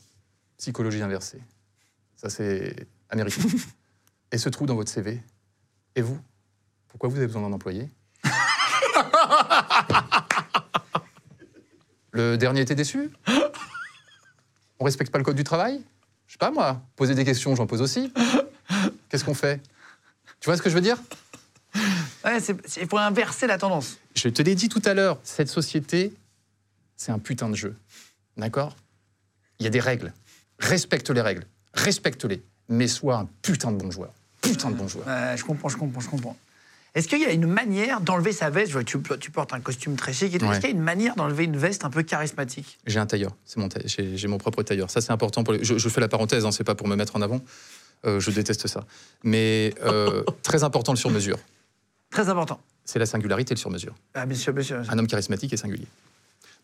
S4: psychologie inversée, ça c'est américain. et ce trou dans votre CV, et vous, pourquoi vous avez besoin d'un employé Le dernier était déçu On respecte pas le code du travail Je sais pas moi, poser des questions, j'en pose aussi. Qu'est-ce qu'on fait Tu vois ce que je veux dire
S1: Ouais, c'est- c'est- il faut inverser la tendance.
S4: Je te l'ai dit tout à l'heure, cette société, c'est un putain de jeu. D'accord Il y a des règles. Respecte les règles. Respecte-les. Mais sois un putain de bon joueur. Putain de bon joueur.
S1: Ouais, je comprends, je comprends, je comprends. Est-ce qu'il y a une manière d'enlever sa veste Je vois que tu, tu portes un costume très chic. et tout.
S4: Ouais.
S1: Est-ce qu'il y a une manière d'enlever une veste un peu charismatique
S4: J'ai un tailleur, c'est mon taille- j'ai j'ai mon propre tailleur. Ça c'est important pour les- je, je fais la parenthèse, hein, c'est pas pour me mettre en avant. Euh, je déteste ça. Mais euh, très important le sur-mesure.
S1: Très important.
S4: C'est la singularité le sur-mesure.
S1: Ah, bien sûr, bien sûr.
S4: Un homme charismatique est singulier.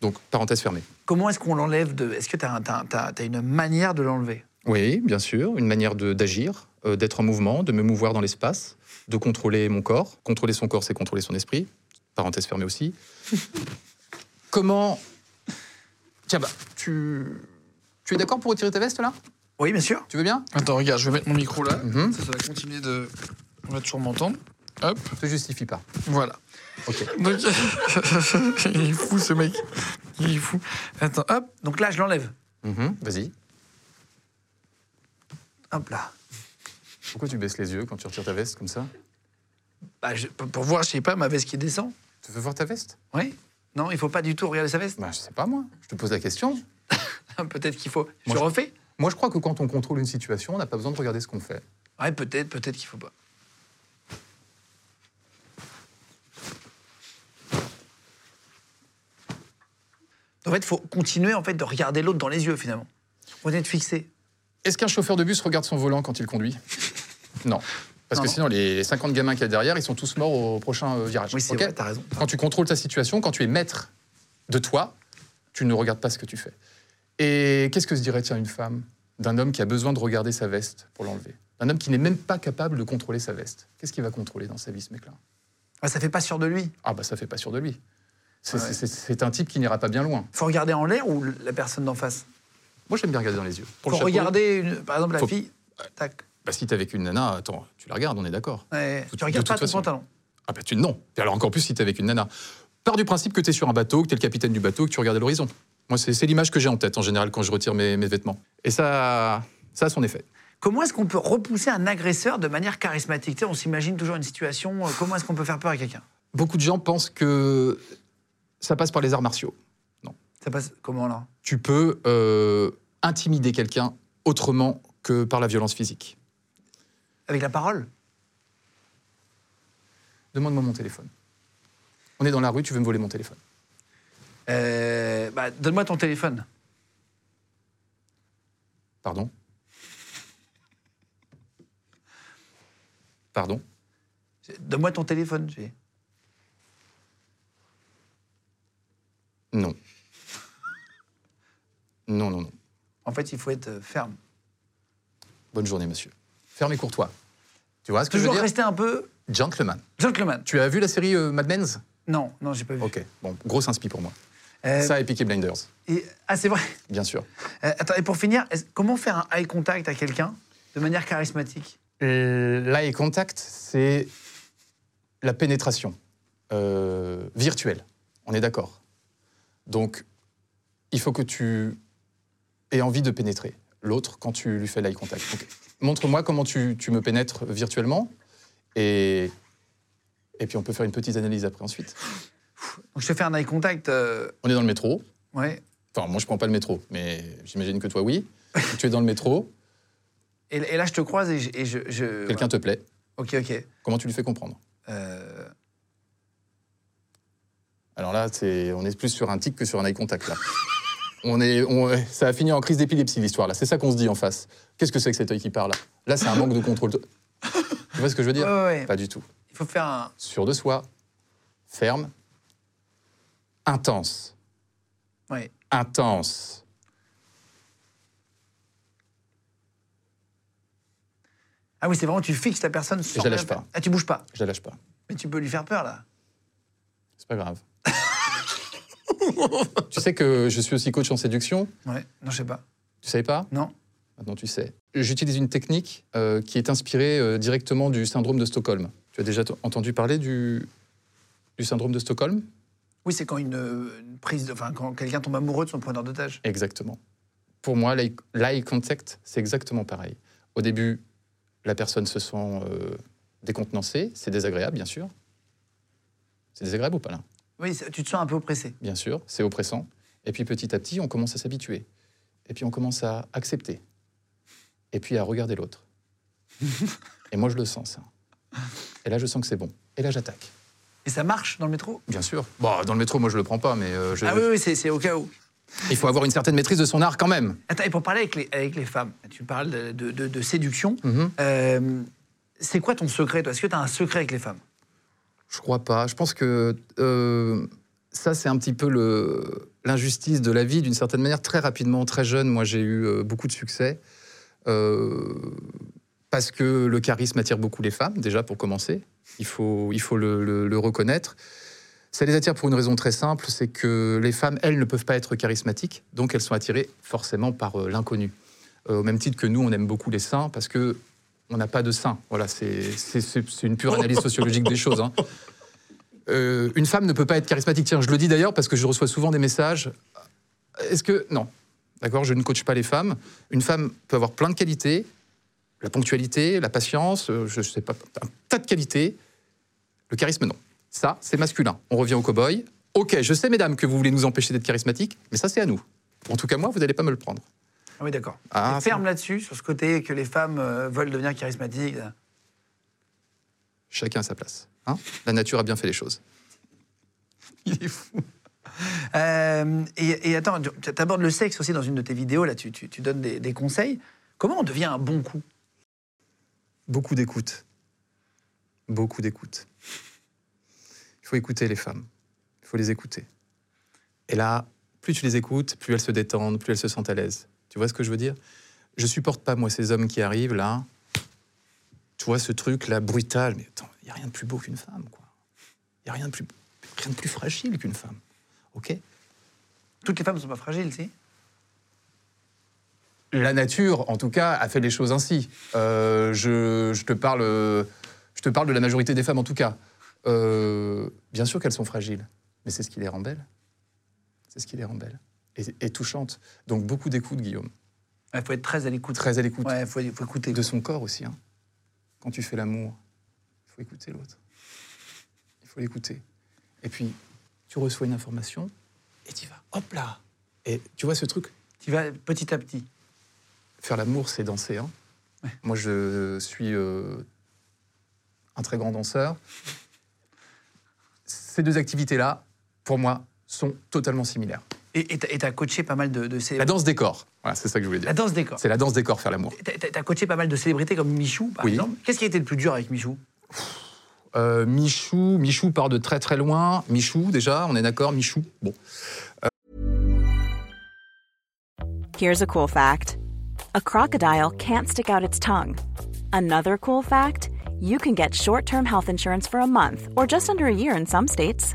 S4: Donc parenthèse fermée.
S1: Comment est-ce qu'on l'enlève de... Est-ce que tu as, une manière de l'enlever
S4: Oui, bien sûr, une manière de- d'agir, euh, d'être en mouvement, de me mouvoir dans l'espace, de contrôler mon corps. Contrôler son corps, c'est contrôler son esprit. Parenthèse fermée aussi. Comment Tiens bah, tu tu es d'accord pour retirer ta veste là
S1: Oui, bien sûr.
S4: Tu veux bien
S3: Attends, regarde, je vais mettre mon micro là.
S4: Mhm.
S3: Ça, ça va continuer de. On va toujours m'entendre. Hop,
S4: Je te justifie pas.
S3: voilà.
S4: Ok.
S3: Donc, il est fou ce mec. Il est fou. Attends, hop.
S1: Donc là, je l'enlève.
S4: Mhm, Vas-y.
S1: Hop là.
S4: Pourquoi tu baisses les yeux quand tu retires ta veste comme ça
S1: Bah, je- pour pour voir, je sais pas, ma veste qui descend.
S4: Tu veux voir ta veste
S1: Oui Non, il faut pas du tout regarder sa veste.
S4: Bah, je sais pas moi. Je te pose la question.
S1: peut-être qu'il faut... Je
S4: Moi, je-
S1: refais
S4: Moi, je crois que quand on contrôle une situation, on n'a pas besoin de regarder ce qu'on fait.
S1: Ouais, peut-être, peut-être qu'il faut pas. En fait, il faut continuer en fait, de regarder l'autre dans les yeux, finalement. On est de fixer.
S4: Est-ce qu'un chauffeur de bus regarde son volant quand il conduit Non. Parce
S1: Non,
S4: que
S1: non.
S4: sinon, les 50 gamins qu'il y a derrière, ils sont tous morts au prochain euh, virage.
S1: Oui, c'est
S4: ok
S1: vrai, t'as raison.
S4: Quand tu contrôles ta situation, quand tu es maître de toi, tu ne regardes pas ce que tu fais. Et qu'est-ce que se dirait, tiens, une femme d'un homme qui a besoin de regarder sa veste pour l'enlever Un homme qui n'est même pas capable de contrôler sa veste. Qu'est-ce qu'il va contrôler dans sa vie, ce mec-là
S1: Ah, ça fait pas sûr de lui.
S4: Ah, bah, ça fait pas sûr de lui. C'est
S1: Ouais.
S4: c'est- c'est un type qui n'ira pas bien loin.
S1: faut regarder en l'air ou la personne d'en face
S4: Moi, j'aime bien regarder dans les yeux. Pour
S1: Pour
S4: le chapeau,
S1: regarder, une- par exemple, la
S4: Faut-
S1: fille. Tac.
S4: bah, si t'es avec une nana, attends, tu la regardes, on est d'accord.
S1: Ouais,
S4: Tout-
S1: tu
S4: de
S1: regardes
S4: toute
S1: pas ton
S4: façon.
S1: pantalon.
S4: Ah bah tu non. Et alors encore plus si t'es avec une nana. Pars du principe que t'es sur un bateau, que t'es le capitaine du bateau, que tu regardes à l'horizon. Moi, c'est c'est l'image que j'ai en tête en général quand je retire mes, mes vêtements. Et ça, ça a son effet.
S1: Comment est-ce qu'on peut repousser un agresseur de manière charismatique Tu sais, On s'imagine toujours une situation. euh, Comment est-ce qu'on peut faire peur à quelqu'un
S4: Beaucoup de gens pensent que ça passe par les arts martiaux.
S1: Ça passe comment là
S4: Tu peux euh, intimider quelqu'un autrement que par la violence physique.
S1: Avec la parole
S4: Demande-moi mon téléphone. On est dans la rue, tu veux me voler mon téléphone.
S1: Euh, bah, Donne-moi ton téléphone.
S4: Pardon Pardon
S1: Donne-moi ton téléphone. j'ai-
S4: Non. Non, non, non.
S1: En fait, il faut être euh, ferme.
S4: Bonne journée, monsieur. Ferme et courtois. Tu vois ce que
S1: Toujours
S4: je veux dire
S1: rester un peu
S4: Gentleman.
S1: gentleman.
S4: Tu as vu la série euh, Mad Men's
S1: Non, non, j'ai pas vu.
S4: Ok, bon, grosse inspi pour moi.
S1: Euh,
S4: Ça et Peaky Blinders,
S1: et- ah, c'est vrai.
S4: bien sûr.
S1: Euh, attends, et pour finir, est-ce- comment faire un eye contact à quelqu'un de manière charismatique
S4: Euh, L'eye contact, c'est la pénétration euh, virtuelle. On est d'accord. Donc, il faut que tu aies envie de pénétrer l'autre quand tu lui fais l'eye contact. Donc, Montre-moi comment tu, tu me pénètres virtuellement et, et puis on peut faire une petite analyse après ensuite.
S1: Donc, je te fais un eye contact. euh,
S4: On est dans le métro,
S1: ouais.
S4: Enfin, moi, je prends pas le métro, mais j'imagine que toi, oui. tu es dans le métro,
S1: Et, et là, je te croise et je. et je- je-
S4: quelqu'un te plaît.
S1: Ok, ok.
S4: Comment tu lui fais comprendre
S1: Euh,
S4: Alors là, c'est, on est plus sur un tic que sur un eye contact, là. on est, on- ça a fini en crise d'épilepsie, l'histoire, là. C'est ça qu'on se dit en face. Qu'est-ce que c'est que cet œil qui parle, là Là, c'est un manque de contrôle. de- tu vois ce que je veux
S1: ouais,
S4: dire
S1: ouais, ouais.
S4: Pas du tout.
S1: Il faut faire un.
S4: Sûr de soi, ferme, intense,
S1: Ouais.
S4: intense.
S1: Ah oui, c'est vraiment, tu fixes la personne sans.
S4: Et je la lâche
S1: rien faire.
S4: pas.
S1: Ah, tu bouges pas.
S4: Je la lâche pas.
S1: Mais tu peux lui faire peur, là.
S4: C'est pas grave. Tu sais que je suis aussi coach en séduction.
S1: Ouais, non, je sais pas.
S4: Tu savais pas
S1: Non.
S4: Maintenant, tu sais. J'utilise une technique euh, qui est inspirée euh, directement du syndrome de Stockholm. Tu as déjà t- entendu parler du, du syndrome de Stockholm
S1: Oui, c'est quand une, euh, une prise, de- enfin quand quelqu'un tombe amoureux de son preneur d'otage.
S4: Exactement. Pour moi, l'eye l'eye contact, c'est exactement pareil. Au début, la personne se sent euh, décontenancée. C'est désagréable, bien sûr. C'est désagréable ou pas, là
S1: Oui, c'est- tu te sens un peu oppressé.
S4: Bien sûr, c'est oppressant. Et puis petit à petit, on commence à s'habituer. Et puis on commence à accepter. Et puis à regarder l'autre. Et moi, je le sens, ça. Et là, je sens que c'est bon. Et là, j'attaque.
S1: Et ça marche dans le métro
S4: Bien sûr. Bon, dans le métro, moi, je le prends pas, mais euh, je-
S1: Ah oui, oui, c'est c'est au cas où.
S4: il faut avoir une certaine maîtrise de son art quand même.
S1: Attends, et pour parler avec les, avec les femmes, tu parles de, de- de- de séduction.
S4: Mhm.
S1: Euh, c'est quoi ton secret, toi Est-ce que tu as un secret avec les femmes
S4: Je crois pas. Je pense que euh, ça, c'est un petit peu le- l'injustice de la vie, d'une certaine manière. Très rapidement, très jeune, moi, j'ai eu euh, beaucoup de succès. Euh, parce que le charisme attire beaucoup les femmes, déjà, pour commencer. Il faut, il faut le, le- le reconnaître. Ça les attire pour une raison très simple, c'est que les femmes, elles, ne peuvent pas être charismatiques, donc elles sont attirées forcément par euh, l'inconnu. Euh, au même titre que nous, on aime beaucoup les seins, parce que on n'a pas de seins. Voilà, c'est c'est- c'est- c'est une pure analyse sociologique des choses. hein. Euh, une femme ne peut pas être charismatique. Tiens, je le dis d'ailleurs parce que je reçois souvent des messages. Est-ce que. Non. D'accord, je ne coach pas les femmes. Une femme peut avoir plein de qualités la ponctualité, la patience, euh, je ne sais pas, un tas de qualités. Le charisme, non. Ça, c'est masculin. On revient au cow-boy. Ok, je sais, mesdames, que vous voulez nous empêcher d'être charismatiques, mais ça, c'est à nous. En tout cas, moi, vous n'allez pas me le prendre.
S1: Ah oui, d'accord.
S4: Ah,
S1: Et
S4: ça-
S1: ferme là-dessus, sur ce côté que les femmes euh, veulent devenir charismatiques. euh.
S4: Chacun à sa place. hein. la nature a bien fait les choses.
S1: Il est fou. Euh, et, et attends, tu abordes le sexe aussi dans une de tes vidéos, là, tu, tu- tu donnes des, des conseils. Comment on devient un bon coup
S4: Beaucoup d'écoute. Beaucoup d'écoute. Il faut écouter les femmes. Il faut les écouter. Et là, plus tu les écoutes, plus elles se détendent, plus elles se sentent à l'aise. Tu vois ce que je veux dire Je supporte pas, moi, ces hommes qui arrivent là. Tu vois ce truc là, brutal. Mais attends, il n'y a rien de plus beau qu'une femme, quoi. Il n'y a rien de, plus, rien de plus fragile qu'une femme. OK
S1: Toutes les femmes ne sont pas fragiles, si
S4: la nature, en tout cas, a fait les choses ainsi. Euh, je, je te parle, euh, je te parle de la majorité des femmes, en tout cas. Euh, bien sûr qu'elles sont fragiles, mais c'est ce qui les rend belles. C'est ce qui les rend belles et, et touchantes. Donc beaucoup d'écoute, Guillaume.
S1: Il faut être très à l'écoute.
S4: Très à l'écoute
S1: Ouais, faut, faut écouter.
S4: de son corps aussi. hein. Quand tu fais l'amour, il faut écouter l'autre. Il faut l'écouter. Et puis, tu reçois une information et tu vas. Hop là Et tu vois ce truc
S1: Tu vas petit à petit.
S4: Faire l'amour, c'est danser. hein. Moi, je suis euh, un très grand danseur. Ces deux activités-là, pour moi, sont totalement similaires.
S1: Et et t'as- et t'as coaché pas mal de, de
S4: La
S1: célébrités.
S4: danse des corps, voilà, c'est ça que je voulais dire.
S1: La danse des corps.
S4: C'est la danse des corps, faire l'amour.
S1: T'as- T'as t'as coaché pas mal de célébrités comme Michou, par
S4: Oui.
S1: exemple. Qu'est-ce qui a été le plus dur avec Michou
S4: Euh, Michou, Michou part de très très loin. Michou, déjà, on est d'accord, Michou. Bon.
S2: Here's a cool fact a crocodile can't stick out its tongue. Another cool fact you can get short term health insurance for a month or just under a year in some states.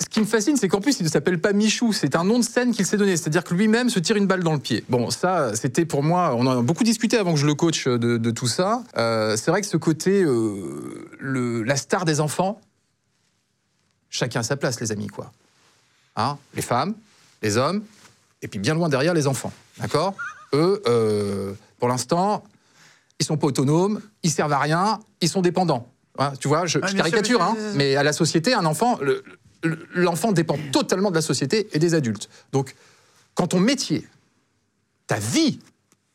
S4: ce qui me fascine, c'est qu'en plus, il ne s'appelle pas Michou. C'est un nom de scène qu'il s'est donné. C'est-à-dire que lui-même se tire une balle dans le pied. Bon, ça, c'était pour moi. On en a beaucoup discuté avant que je le coach de, de tout ça. Euh, c'est vrai que ce côté, euh, le- la star des enfants, chacun à sa place, les amis, quoi. Hein les femmes, les hommes, et puis bien loin derrière, les enfants. D'accord Eux, euh, pour l'instant, ils sont pas autonomes, ils servent à rien, ils sont dépendants. Hein, tu vois, je,
S1: Ouais,
S4: je
S1: bien sûr,
S4: caricature,
S1: bien
S4: hein,
S1: sûr, bien sûr.
S4: mais à la société, un enfant, le- le- l'enfant dépend totalement de la société et des adultes. Donc, quand ton métier, ta vie,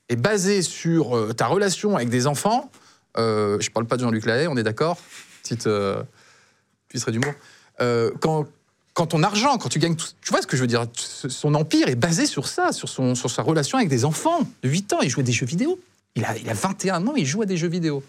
S4: est basée sur euh, ta relation avec des enfants, euh, je parle pas de Jean-Luc Lahaye, on est d'accord Petite euh, puisserie d'humour. Euh, quand, quand ton argent, quand tu gagnes, tout- tu vois ce que je veux dire Son empire est basé sur ça, sur, son, sur sa relation avec des enfants de 8 ans. Il joue à des jeux vidéo. Il a, il a 21 ans, il joue à des jeux vidéo.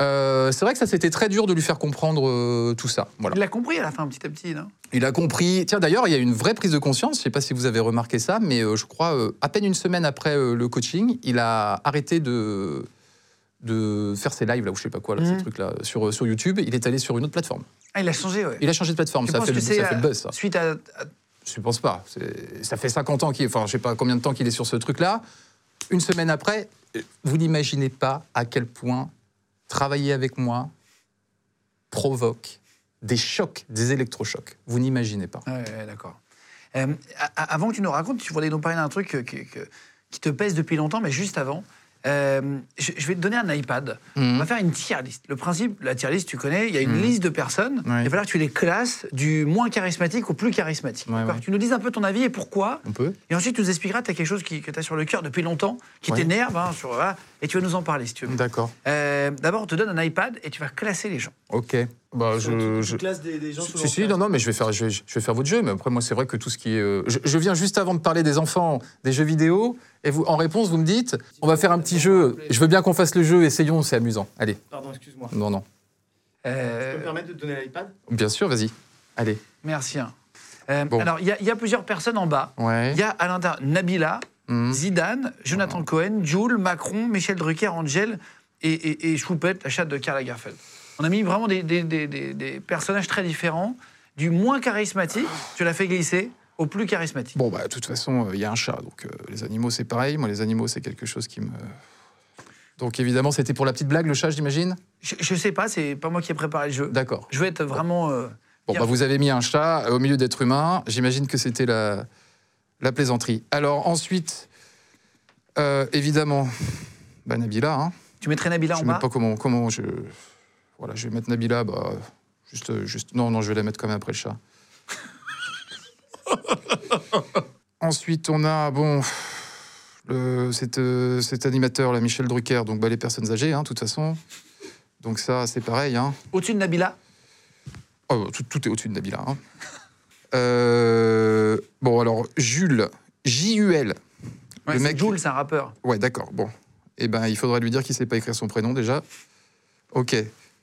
S4: Euh, c'est vrai que ça, c'était très dur de lui faire comprendre euh, tout ça. Voilà.
S1: Il l'a compris à la fin, petit à petit, non
S4: Il a compris. Tiens, d'ailleurs, il y a une vraie prise de conscience. Je ne sais pas si vous avez remarqué ça, mais euh, je crois euh, à peine une semaine après euh, le coaching, il a arrêté de de faire ses lives là ou je sais pas quoi là,
S1: Mhm.
S4: ces trucs là sur euh, sur YouTube. Il est allé sur une autre plateforme.
S1: Ah, il a changé, ouais.
S4: Il a changé de plateforme.
S1: Tu
S4: Ça a
S1: penses
S4: fait, le,
S1: que c'est,
S4: ça a fait le
S1: euh,
S4: buzz. Ça.
S1: Suite à. à-
S4: Je pense pas. C'est- Ça fait 50 ans qu'il est, enfin, je sais pas combien de temps qu'il est sur ce truc-là. Une semaine après, vous n'imaginez pas à quel point travailler avec moi provoque des chocs, des électrochocs. Vous n'imaginez pas.
S1: Ouais, ouais, d'accord. Euh, a- a- avant que tu nous racontes, tu voulais nous parler d'un truc que- que- que- qui te pèse depuis longtemps, mais juste avant. euh, je, je vais te donner un iPad.
S4: Mhm.
S1: On va faire une tier list. Le principe, la tier list, tu connais, il y a une liste de personnes.
S4: Ouais.
S1: Il va falloir que tu les classes du moins charismatique au plus charismatique.
S4: Ouais,
S1: D'accord
S4: ouais.
S1: Tu nous dises un peu ton avis et pourquoi.
S4: On peut
S1: Et ensuite, tu nous expliqueras, tu as quelque chose qui, que tu as sur le cœur depuis longtemps, qui
S4: Ouais.
S1: t'énerve, hein, sur, voilà, et tu vas nous en parler si tu veux.
S4: D'accord.
S1: Euh, D'abord, on te donne un iPad et tu vas classer les gens.
S4: Ok. Bah, je,
S5: Tu- tu
S4: je...
S5: classes des, des gens selon
S4: Si, si,
S5: leur
S4: non, non, mais je vais, faire, je, vais, je vais faire votre jeu. Mais après, moi, c'est vrai que tout ce qui est. euh, Je, je viens juste avant de parler des enfants, des jeux vidéo. Et vous, en réponse, vous me dites on va faire un petit jeu. Je veux bien qu'on fasse le jeu. Essayons, c'est amusant. Allez.
S5: Pardon, excuse-moi.
S4: Non, non.
S5: Tu peux me
S1: Euh,
S5: permettre de te donner l'iPad
S4: Bien sûr, vas-y. Allez.
S1: merci. hein. Euh,
S4: Bon.
S1: Alors, il y, a- il y a plusieurs personnes en bas.
S4: Ouais.
S1: Il y a à l'intérieur Nabila,
S4: Mhm.
S1: Zidane, Jonathan Cohen, Jules, Macron, Michel Drucker, Angel et, et, et Choupette, la chatte de Karl Lagerfeld. On a mis vraiment des, des- des- des- des personnages très différents, du moins charismatique, tu l'as fait glisser, au plus charismatique.
S4: Bon, bah, de toute façon, il y a un chat. Donc, euh, les animaux, c'est pareil. Moi, les animaux, c'est quelque chose qui me. Donc, évidemment, c'était pour la petite blague, le chat, j'imagine
S1: Je, je sais pas, c'est pas moi qui ai préparé le jeu.
S4: D'accord.
S1: Je vais être vraiment. euh,
S4: Bon,
S1: Bien.
S4: bah, vous avez mis un chat au milieu d'êtres humains. J'imagine que c'était la, la plaisanterie. Alors, ensuite, euh, évidemment, bah, Nabila. Hein.
S1: Tu mettrais Nabila
S4: je
S1: en
S4: ne sais
S1: bas
S4: même pas comment, comment je. Voilà, je vais mettre Nabila. Bah, juste, juste, non, non, je vais la mettre quand même après le chat. Ensuite, on a, bon. Le, cet, euh, cet animateur, là, Michel Drucker, donc bah, les personnes âgées, hein, de toute façon. Donc, ça, c'est pareil. Hein.
S1: Au-dessus de Nabila
S4: Oh, tout, tout est au-dessus de Nabila. hein. Euh, bon, alors, Jules, J-U-L.
S1: ouais,
S4: le
S1: c'est
S4: mec.
S1: Jules, c'est un rappeur.
S4: Ouais, d'accord, bon. Eh ben, il faudrait lui dire qu'il sait pas écrire son prénom déjà. Ok,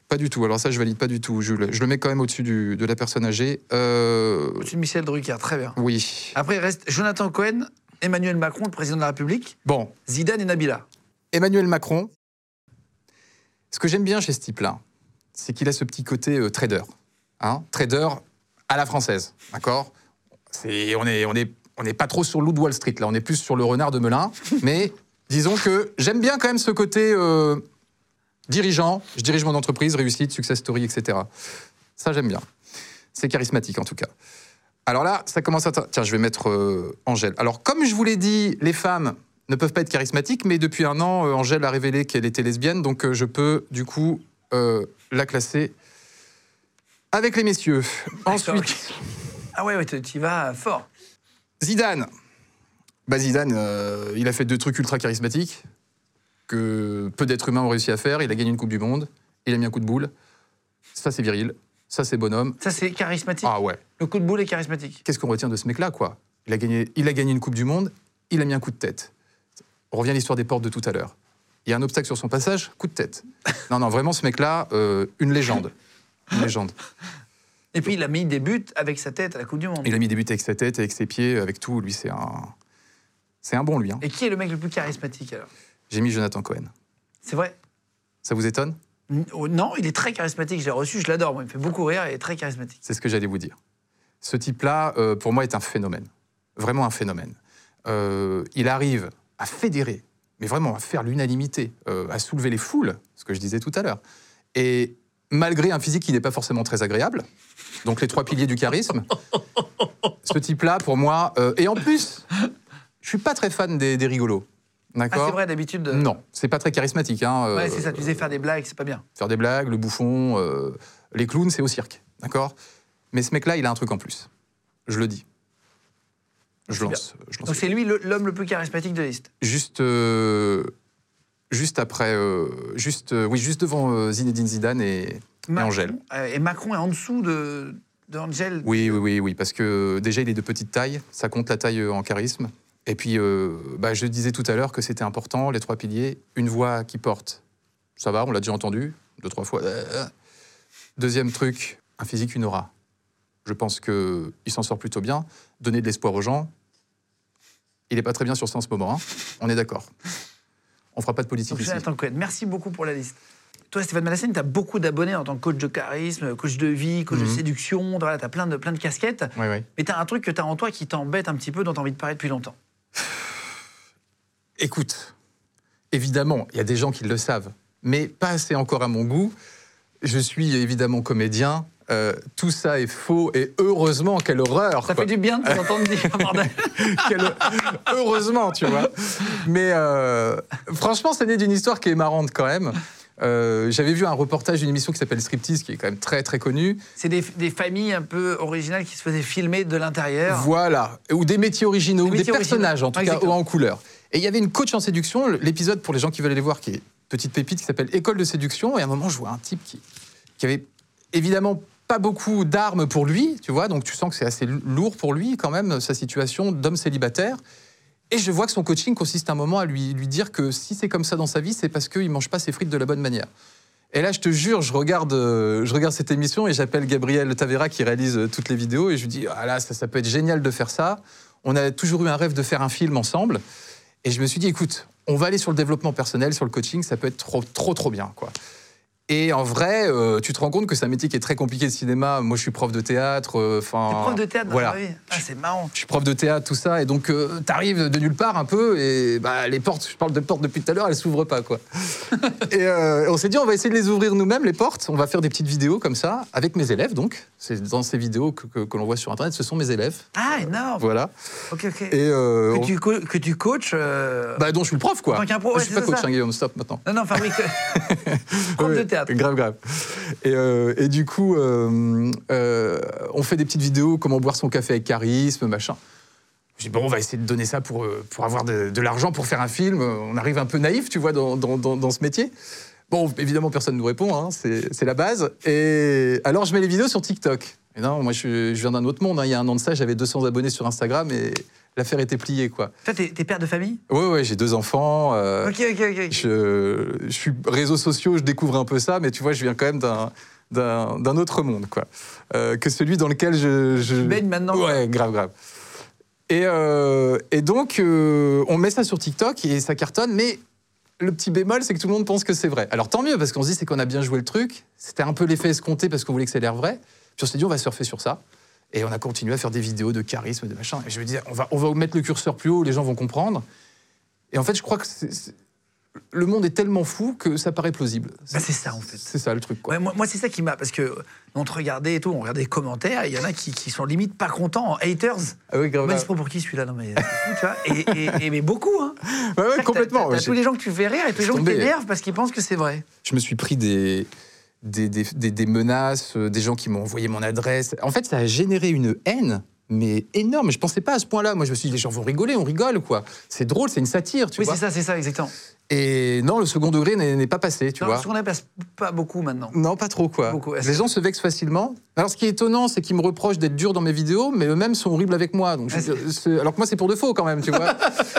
S4: pas du tout. Alors, ça, je valide pas du tout, Jules. Je le mets quand même au-dessus du- de la personne âgée. Euh,
S1: Au-dessus de Michel Drucker, très bien.
S4: oui.
S1: Après, il reste Jonathan Cohen, Emmanuel Macron, le président de la République,
S4: Bon,
S1: Zidane et Nabila.
S4: Emmanuel Macron. Ce que j'aime bien chez ce type-là, c'est qu'il a ce petit côté euh, trader. Hein trader à la française, d'accord C'est- On n'est on est, on est pas trop sur le loup de Wall Street, là, on est plus sur le renard de Melun. mais disons que j'aime bien quand même ce côté euh, dirigeant, je dirige mon entreprise, réussite, success story, etc. Ça, j'aime bien. C'est charismatique, en tout cas. Alors là, ça commence à... Tiens, je vais mettre euh, Angèle. Alors, comme je vous l'ai dit, les femmes ne peuvent pas être charismatiques, mais depuis un an, euh, Angèle a révélé qu'elle était lesbienne, donc euh, je peux, du coup, euh, la classer avec les messieurs. Ensuite,
S1: Ah ouais, ouais tu y vas fort.
S4: Zidane. Bah, Zidane, euh, il a fait deux trucs ultra charismatiques que peu d'êtres humains ont réussi à faire. Il a gagné une Coupe du Monde, il a mis un coup de boule. Ça, c'est viril. Ça, c'est bonhomme.
S1: Ça, c'est charismatique.
S4: Ah ouais.
S1: Le coup de boule est charismatique.
S4: qu'est-ce qu'on retient de ce mec-là, quoi il a, gagné, il a gagné une Coupe du Monde, il a mis un coup de tête. On revient à l'histoire des portes de tout à l'heure. Il y a un obstacle sur son passage, coup de tête. Non, non, vraiment, ce mec-là, euh, une légende. Une légende.
S1: Et puis, il a mis des buts avec sa tête à la Coupe du Monde.
S4: Il a mis des buts avec sa tête, avec ses pieds, avec tout. Lui, c'est un... C'est un bon, lui. hein.
S1: Et qui est le mec le plus charismatique alors
S4: J'ai mis Jonathan Cohen.
S1: C'est vrai
S4: Ça vous étonne
S1: N- oh, Non, il est très charismatique, je l'ai reçu, je l'adore, moi, il me fait beaucoup rire, il est très charismatique.
S4: C'est ce que j'allais vous dire. Ce type-là, euh, pour moi, est un phénomène. Vraiment un phénomène. Euh, il arrive à fédérer, mais vraiment à faire l'unanimité, euh, à soulever les foules, ce que je disais tout à l'heure. Et malgré un physique qui n'est pas forcément très agréable, donc les trois piliers du charisme, ce type-là, pour moi. euh, et en plus, je suis pas très fan des, des rigolos.
S1: Ah,
S4: D'accord
S1: c'est vrai, d'habitude. euh,
S4: Non, c'est pas très charismatique. Hein, euh,
S1: Ouais, c'est ça, tu faisais faire des blagues, c'est pas bien.
S4: faire des blagues, le bouffon, euh, les clowns, c'est au cirque, d'accord Mais ce mec-là, il a un truc en plus. Je le dis. Je lance. Je lance.
S1: Donc, c'est lui le- l'homme le plus charismatique de la liste.
S4: Juste, euh, juste après, euh, juste, euh, oui, juste devant euh, Zinedine Zidane et, et
S1: Macron,
S4: Angèle.
S1: euh, et Macron est en dessous de. d'Angel
S4: Oui, oui, oui, oui, parce que euh, déjà, il est de petite taille, ça compte la taille euh, en charisme. Et puis, euh, bah, je disais tout à l'heure que c'était important, les trois piliers, une voix qui porte. Ça va, on l'a déjà entendu, deux, trois fois. Euh, Deuxième truc, un physique, une aura. Je pense qu'il s'en sort plutôt bien. Donner de l'espoir aux gens, il n'est pas très bien sur ça en ce moment, hein. on est d'accord. On fera pas de politique
S1: Donc,
S4: ici.
S1: Jonathan Cohen, merci beaucoup pour la liste. Toi, Stéphane Malassène, tu as beaucoup d'abonnés en tant que coach de charisme, coach de vie, coach de
S4: Mhm.
S1: séduction, voilà, tu as plein de, plein de casquettes.
S4: Oui, oui.
S1: Mais tu as un truc que tu as en toi qui t'embête un petit peu, dont tu as envie de parler depuis longtemps.
S4: Écoute, évidemment, il y a des gens qui le savent, mais pas assez encore à mon goût. Je suis évidemment comédien. euh, tout ça est faux et heureusement, quelle horreur
S1: Ça
S4: quoi.
S1: fait du bien de temps en temps de dire, bordel.
S4: Quelle- Heureusement, tu vois. Mais euh, franchement, c'est né d'une histoire qui est marrante quand même. Euh, J'avais vu un reportage d'une émission qui s'appelle Striptease, qui est quand même très très connue.
S1: C'est des, des familles un peu originales qui se faisaient filmer de l'intérieur.
S4: Voilà, ou des métiers originaux,
S1: Des
S4: ou des
S1: métiers
S4: personnages en tout
S1: originaux.
S4: cas, ou en couleur. Et il y avait une coach en séduction, l'épisode pour les gens qui veulent aller voir, qui est une petite pépite, qui s'appelle École de séduction. Et à un moment, je vois un type qui, qui avait évidemment pas beaucoup d'armes pour lui, tu vois, donc tu sens que c'est assez lourd pour lui quand même, sa situation d'homme célibataire. Et je vois que son coaching consiste un moment à lui, lui dire que si c'est comme ça dans sa vie, c'est parce qu'il mange pas ses frites de la bonne manière. Et là, je te jure, je regarde, euh, je regarde cette émission et j'appelle Gabriel Tavera qui réalise euh, toutes les vidéos et je lui dis Ah là, ça, ça peut être génial de faire ça. On a toujours eu un rêve de faire un film ensemble. Et je me suis dit Écoute, on va aller sur le développement personnel, sur le coaching, ça peut être trop, trop, trop bien. quoi. Et en vrai, euh, tu te rends compte que c'est un métier qui est très compliqué de cinéma. Moi, je suis prof de théâtre. euh, enfin,
S1: Des profs de théâtre dans
S4: voilà
S1: la vie. Ah, c'est marrant.
S4: je suis prof de théâtre, tout ça, et donc tu t'arrives de nulle part un peu, et bah, les portes, je parle de portes depuis tout à l'heure, elles s'ouvrent pas, quoi. et euh, on s'est dit, on va essayer de les ouvrir nous-mêmes, les portes, on va faire des petites vidéos comme ça, avec mes élèves, donc. C'est dans ces vidéos que, que- que l'on voit sur Internet, ce sont mes élèves,
S1: Ah, énorme.
S4: voilà.
S1: Ok, ok.
S4: Euh, Et euh,
S1: que,
S4: on-
S1: tu co- que tu coaches. euh,
S4: bah, dont je suis le prof, quoi.
S1: En tant qu'un pro, ouais,
S4: je suis
S1: c'est
S4: pas coach,
S1: ça.
S4: hein, Guillaume, stop maintenant.
S1: Non, non, fabrique. prof
S4: Ouais,
S1: de théâtre.
S4: Grave, grave. Et, euh, et du coup, euh, euh, on fait des petites vidéos, comment boire son café avec charisme, machin. Je dis, bon, on va essayer de donner ça pour, euh, pour avoir de, de l'argent, pour faire un film. Euh, On arrive un peu naïf, tu vois, dans, dans- dans- dans ce métier. Bon, évidemment, personne ne nous répond, hein, c'est c'est la base. Et alors, je mets les vidéos sur TikTok. Et non, moi, je, je viens d'un autre monde. hein. Il y a un an de ça, j'avais 200 abonnés sur Instagram et l'affaire était pliée, quoi.
S1: Toi, t'es t'es père de famille
S4: Ouais, ouais, j'ai deux enfants. euh,
S1: Ok, ok, ok.
S4: je, je suis réseaux sociaux, je découvre un peu ça, mais tu vois, je viens quand même d'un d'un d'un autre monde, quoi, Euh, que celui dans lequel je, je
S1: baignes maintenant.
S4: Ouais, grave, grave. Et, euh, et donc, euh, on met ça sur TikTok et ça cartonne, mais le petit bémol, c'est que tout le monde pense que c'est vrai. Alors tant mieux, parce qu'on se dit, c'est qu'on a bien joué le truc. C'était un peu l'effet escompté parce qu'on voulait que ça ait l'air vrai. Puis on s'est dit, on va surfer sur ça. Et on a continué à faire des vidéos de charisme, de machin. Et je me disais, on va, on va mettre le curseur plus haut, les gens vont comprendre. Et en fait, je crois que c'est- c'est- le monde est tellement fou que ça paraît plausible.
S1: Bah, c'est ça, en fait.
S4: C'est ça le truc, quoi.
S1: Ouais, moi, moi, c'est ça qui m'a. Parce que on te regardait et tout, on regardait les commentaires, et il y en a qui, qui sont limite pas contents en haters.
S4: Ah oui, grave.
S1: Moi, c'est pas pour qui celui-là, non mais. tu vois, et, et- et- mais beaucoup, hein.
S4: Ouais, ouais,
S1: T'as-
S4: complètement.
S1: T'as,
S4: Ouais,
S1: t'as tous les gens que tu fais rire et tous les gens qui
S4: tombé.
S1: t'énervent parce qu'ils pensent que c'est vrai.
S4: je me suis pris des, des, des- des- des menaces, euh, des gens qui m'ont envoyé mon adresse. En fait, ça a généré une haine, mais énorme. Je pensais pas à ce point-là. Moi, je me suis dit, les gens vont rigoler, on rigole, quoi. C'est drôle, c'est une satire, tu
S1: oui,
S4: vois.
S1: c'est ça, c'est ça, exactement.
S4: Et non, le second degré n'est n'est pas passé, tu
S1: Non,
S4: vois.
S1: parce qu'on n'en passe pas beaucoup maintenant.
S4: Non, pas trop, quoi.
S1: Beaucoup, est-ce
S4: les
S1: que-
S4: gens se vexent facilement. Alors, ce qui est étonnant, c'est qu'ils me reprochent d'être dur dans mes vidéos, mais eux-mêmes sont horribles avec moi. Donc, je-
S1: Ah, c'est-
S4: c'est- alors que moi, c'est pour de faux, quand même, tu vois.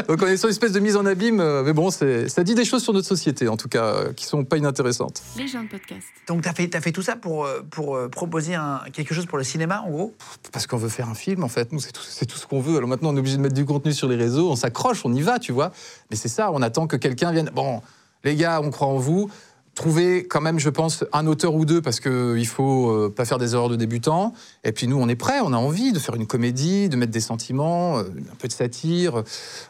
S4: donc, on est sur une espèce de mise en abîme. euh, Mais bon, c'est- ça dit des choses sur notre société, en tout cas, euh, qui sont pas inintéressantes.
S6: Les gens de podcast.
S1: Donc t'as fait, t'as fait tout ça pour, euh, pour euh, proposer un- quelque chose pour le cinéma, en gros
S4: parce qu'on veut faire un film, en fait. Nous, c'est tout, c'est tout ce qu'on veut. Alors maintenant, on est obligé de mettre du contenu sur les réseaux, on s'accroche, on y va, tu vois. Mais c'est ça, on attend que quelqu'un vienne. Bon, les gars, on croit en vous. Trouvez quand même, je pense, un auteur ou deux, parce qu'il ne faut euh, pas faire des erreurs de débutants. Et puis nous, on est prêts, on a envie de faire une comédie, de mettre des sentiments, euh, un peu de satire.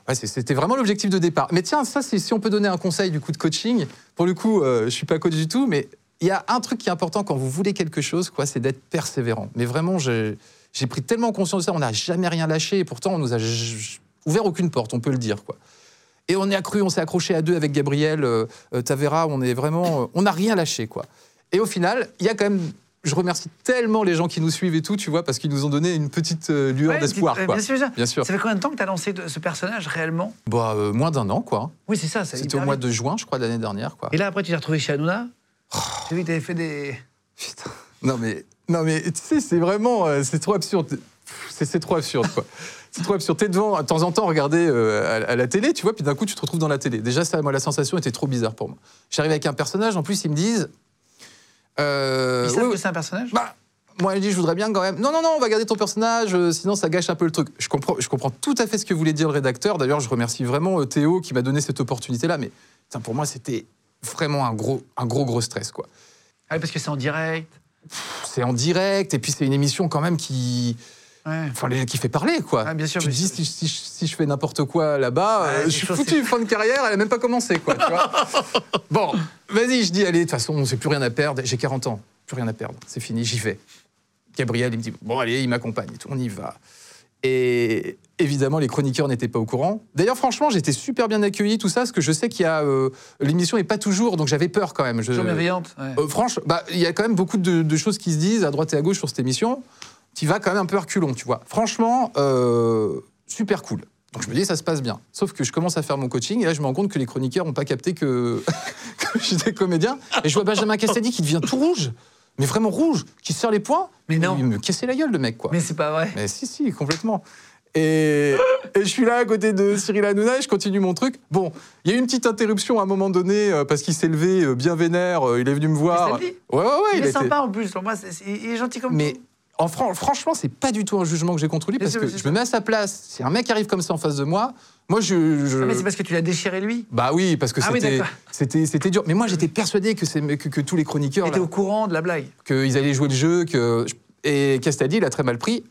S4: Ouais, c'est- C'était vraiment l'objectif de départ. Mais tiens, ça, c'est si on peut donner un conseil du coup de coaching. Pour le coup, euh, je suis pas coach du tout, mais il y a un truc qui est important quand vous voulez quelque chose, quoi, c'est d'être persévérant. Mais vraiment, j'ai j'ai pris tellement conscience de ça, on n'a jamais rien lâché, et pourtant, on nous a j- j- ouvert aucune porte, on peut le dire, quoi. Et on est accru, on s'est accroché à deux avec Gabriel euh, euh, Tavera, on est vraiment, euh, on n'a rien lâché, quoi. Et au final, il y a quand même, je remercie tellement les gens qui nous suivent et tout, tu vois, parce qu'ils nous ont donné une petite euh, lueur
S1: Ouais, une petite-
S4: d'espoir,
S1: euh,
S4: quoi.
S1: Bien sûr, bien sûr.
S4: Bien sûr.
S1: Ça fait combien de temps que t'as lancé de- ce personnage réellement
S4: Bah, euh, moins d'un an, quoi.
S1: Oui, c'est ça. ça
S4: C'était
S1: hyper
S4: au mois
S1: vite.
S4: de juin, je crois, de Oh. l'année dernière, quoi.
S1: Et là, après, tu t'es retrouvé chez Hanouna J'ai vu que t'avais fait des.
S4: Putain. Non, mais Non, mais tu sais, c'est vraiment. euh, c'est trop absurde. Pff, C'est c'est trop absurde, quoi. C'est trop absurde. T'es devant, de temps en temps, regarder euh, à, à la télé, tu vois, puis d'un coup, tu te retrouves dans la télé. Déjà, ça, moi, la sensation était trop bizarre pour moi. J'arrive avec un personnage, en plus, ils me disent. euh,
S1: Ils savent
S4: ouais,
S1: que c'est un personnage
S4: bah, moi, elle dit, je voudrais bien quand même. Non, non, non, on va garder ton personnage, euh, sinon ça gâche un peu le truc. Je comprends, je comprends tout à fait ce que voulait dire le rédacteur. D'ailleurs, je remercie vraiment euh, Théo qui m'a donné cette opportunité-là. Mais putain, pour moi, c'était vraiment un gros, un gros, gros stress, quoi.
S1: Ah oui, parce que c'est en direct.
S4: C'est en direct, et puis c'est une émission quand même qui,
S1: Ouais.
S4: enfin, les- qui fait parler, quoi.
S1: Ah, bien sûr,
S4: Tu te
S1: mais
S4: dis,
S1: c'est-
S4: si, si- si je fais n'importe quoi là-bas,
S1: Ouais,
S4: euh,
S1: les
S4: je suis
S1: choses,
S4: foutu, fin de carrière, elle a même pas commencé, quoi. tu vois. bon, vas-y, je dis, allez, de toute façon, j'ai plus rien à perdre, j'ai 40 ans, plus rien à perdre, c'est fini, j'y vais. Gabriel, il me dit, bon, allez, il m'accompagne, et tout, on y va. Et évidemment, les chroniqueurs n'étaient pas au courant. D'ailleurs, franchement, j'étais super bien accueilli, tout ça, parce que je sais qu'il y a. euh, L'émission n'est pas toujours, donc j'avais peur quand même. Je-
S1: Toujours bienveillante. ouais.
S4: euh, franche, bah, il y a quand même beaucoup de, de choses qui se disent à droite et à gauche sur cette émission. Tu vas quand même un peu reculons, tu vois. Franchement, euh, super cool. Donc je me dis, ça se passe bien. Sauf que je commence à faire mon coaching et là, je me rends compte que les chroniqueurs n'ont pas capté que, que j'étais comédien. Et je vois Benjamin Castaldi qui devient tout rouge, mais vraiment rouge, qui se serre les poings.
S1: Mais non.
S4: Il me cassait la gueule, le mec, quoi.
S1: Mais c'est pas vrai.
S4: Mais si, si, complètement. Et, et je suis là à côté de Cyril Hanouna et je continue mon truc. Bon, il y a eu une petite interruption à un moment donné euh, parce qu'il s'est levé euh, bien vénère, euh, il est venu me voir.
S1: Castaldi
S4: ouais, ouais, ouais,
S1: il,
S4: il,
S1: est
S4: était-
S1: sympa en plus. pour moi, c'est- c'est- il est gentil comme
S4: Mais
S1: tout.
S4: en fran- franchement, c'est pas du tout un jugement que j'ai contre lui
S1: Bien
S4: parce
S1: sûr,
S4: que
S1: bien
S4: je
S1: sûr.
S4: me mets à sa place. Si un mec arrive comme ça en face de moi, moi je. je-
S1: Ah, mais c'est parce que tu l'as déchiré lui.
S4: Bah oui, parce que
S1: Ah oui,
S4: c'était
S1: d'accord.
S4: c'était c'était dur. Mais moi j'étais persuadé que, c'est- que, que tous les chroniqueurs.
S1: Il était
S4: là-
S1: au courant de la blague.
S4: qu'ils allaient jouer le jeu. Que... Et Castaldi, il a très mal pris.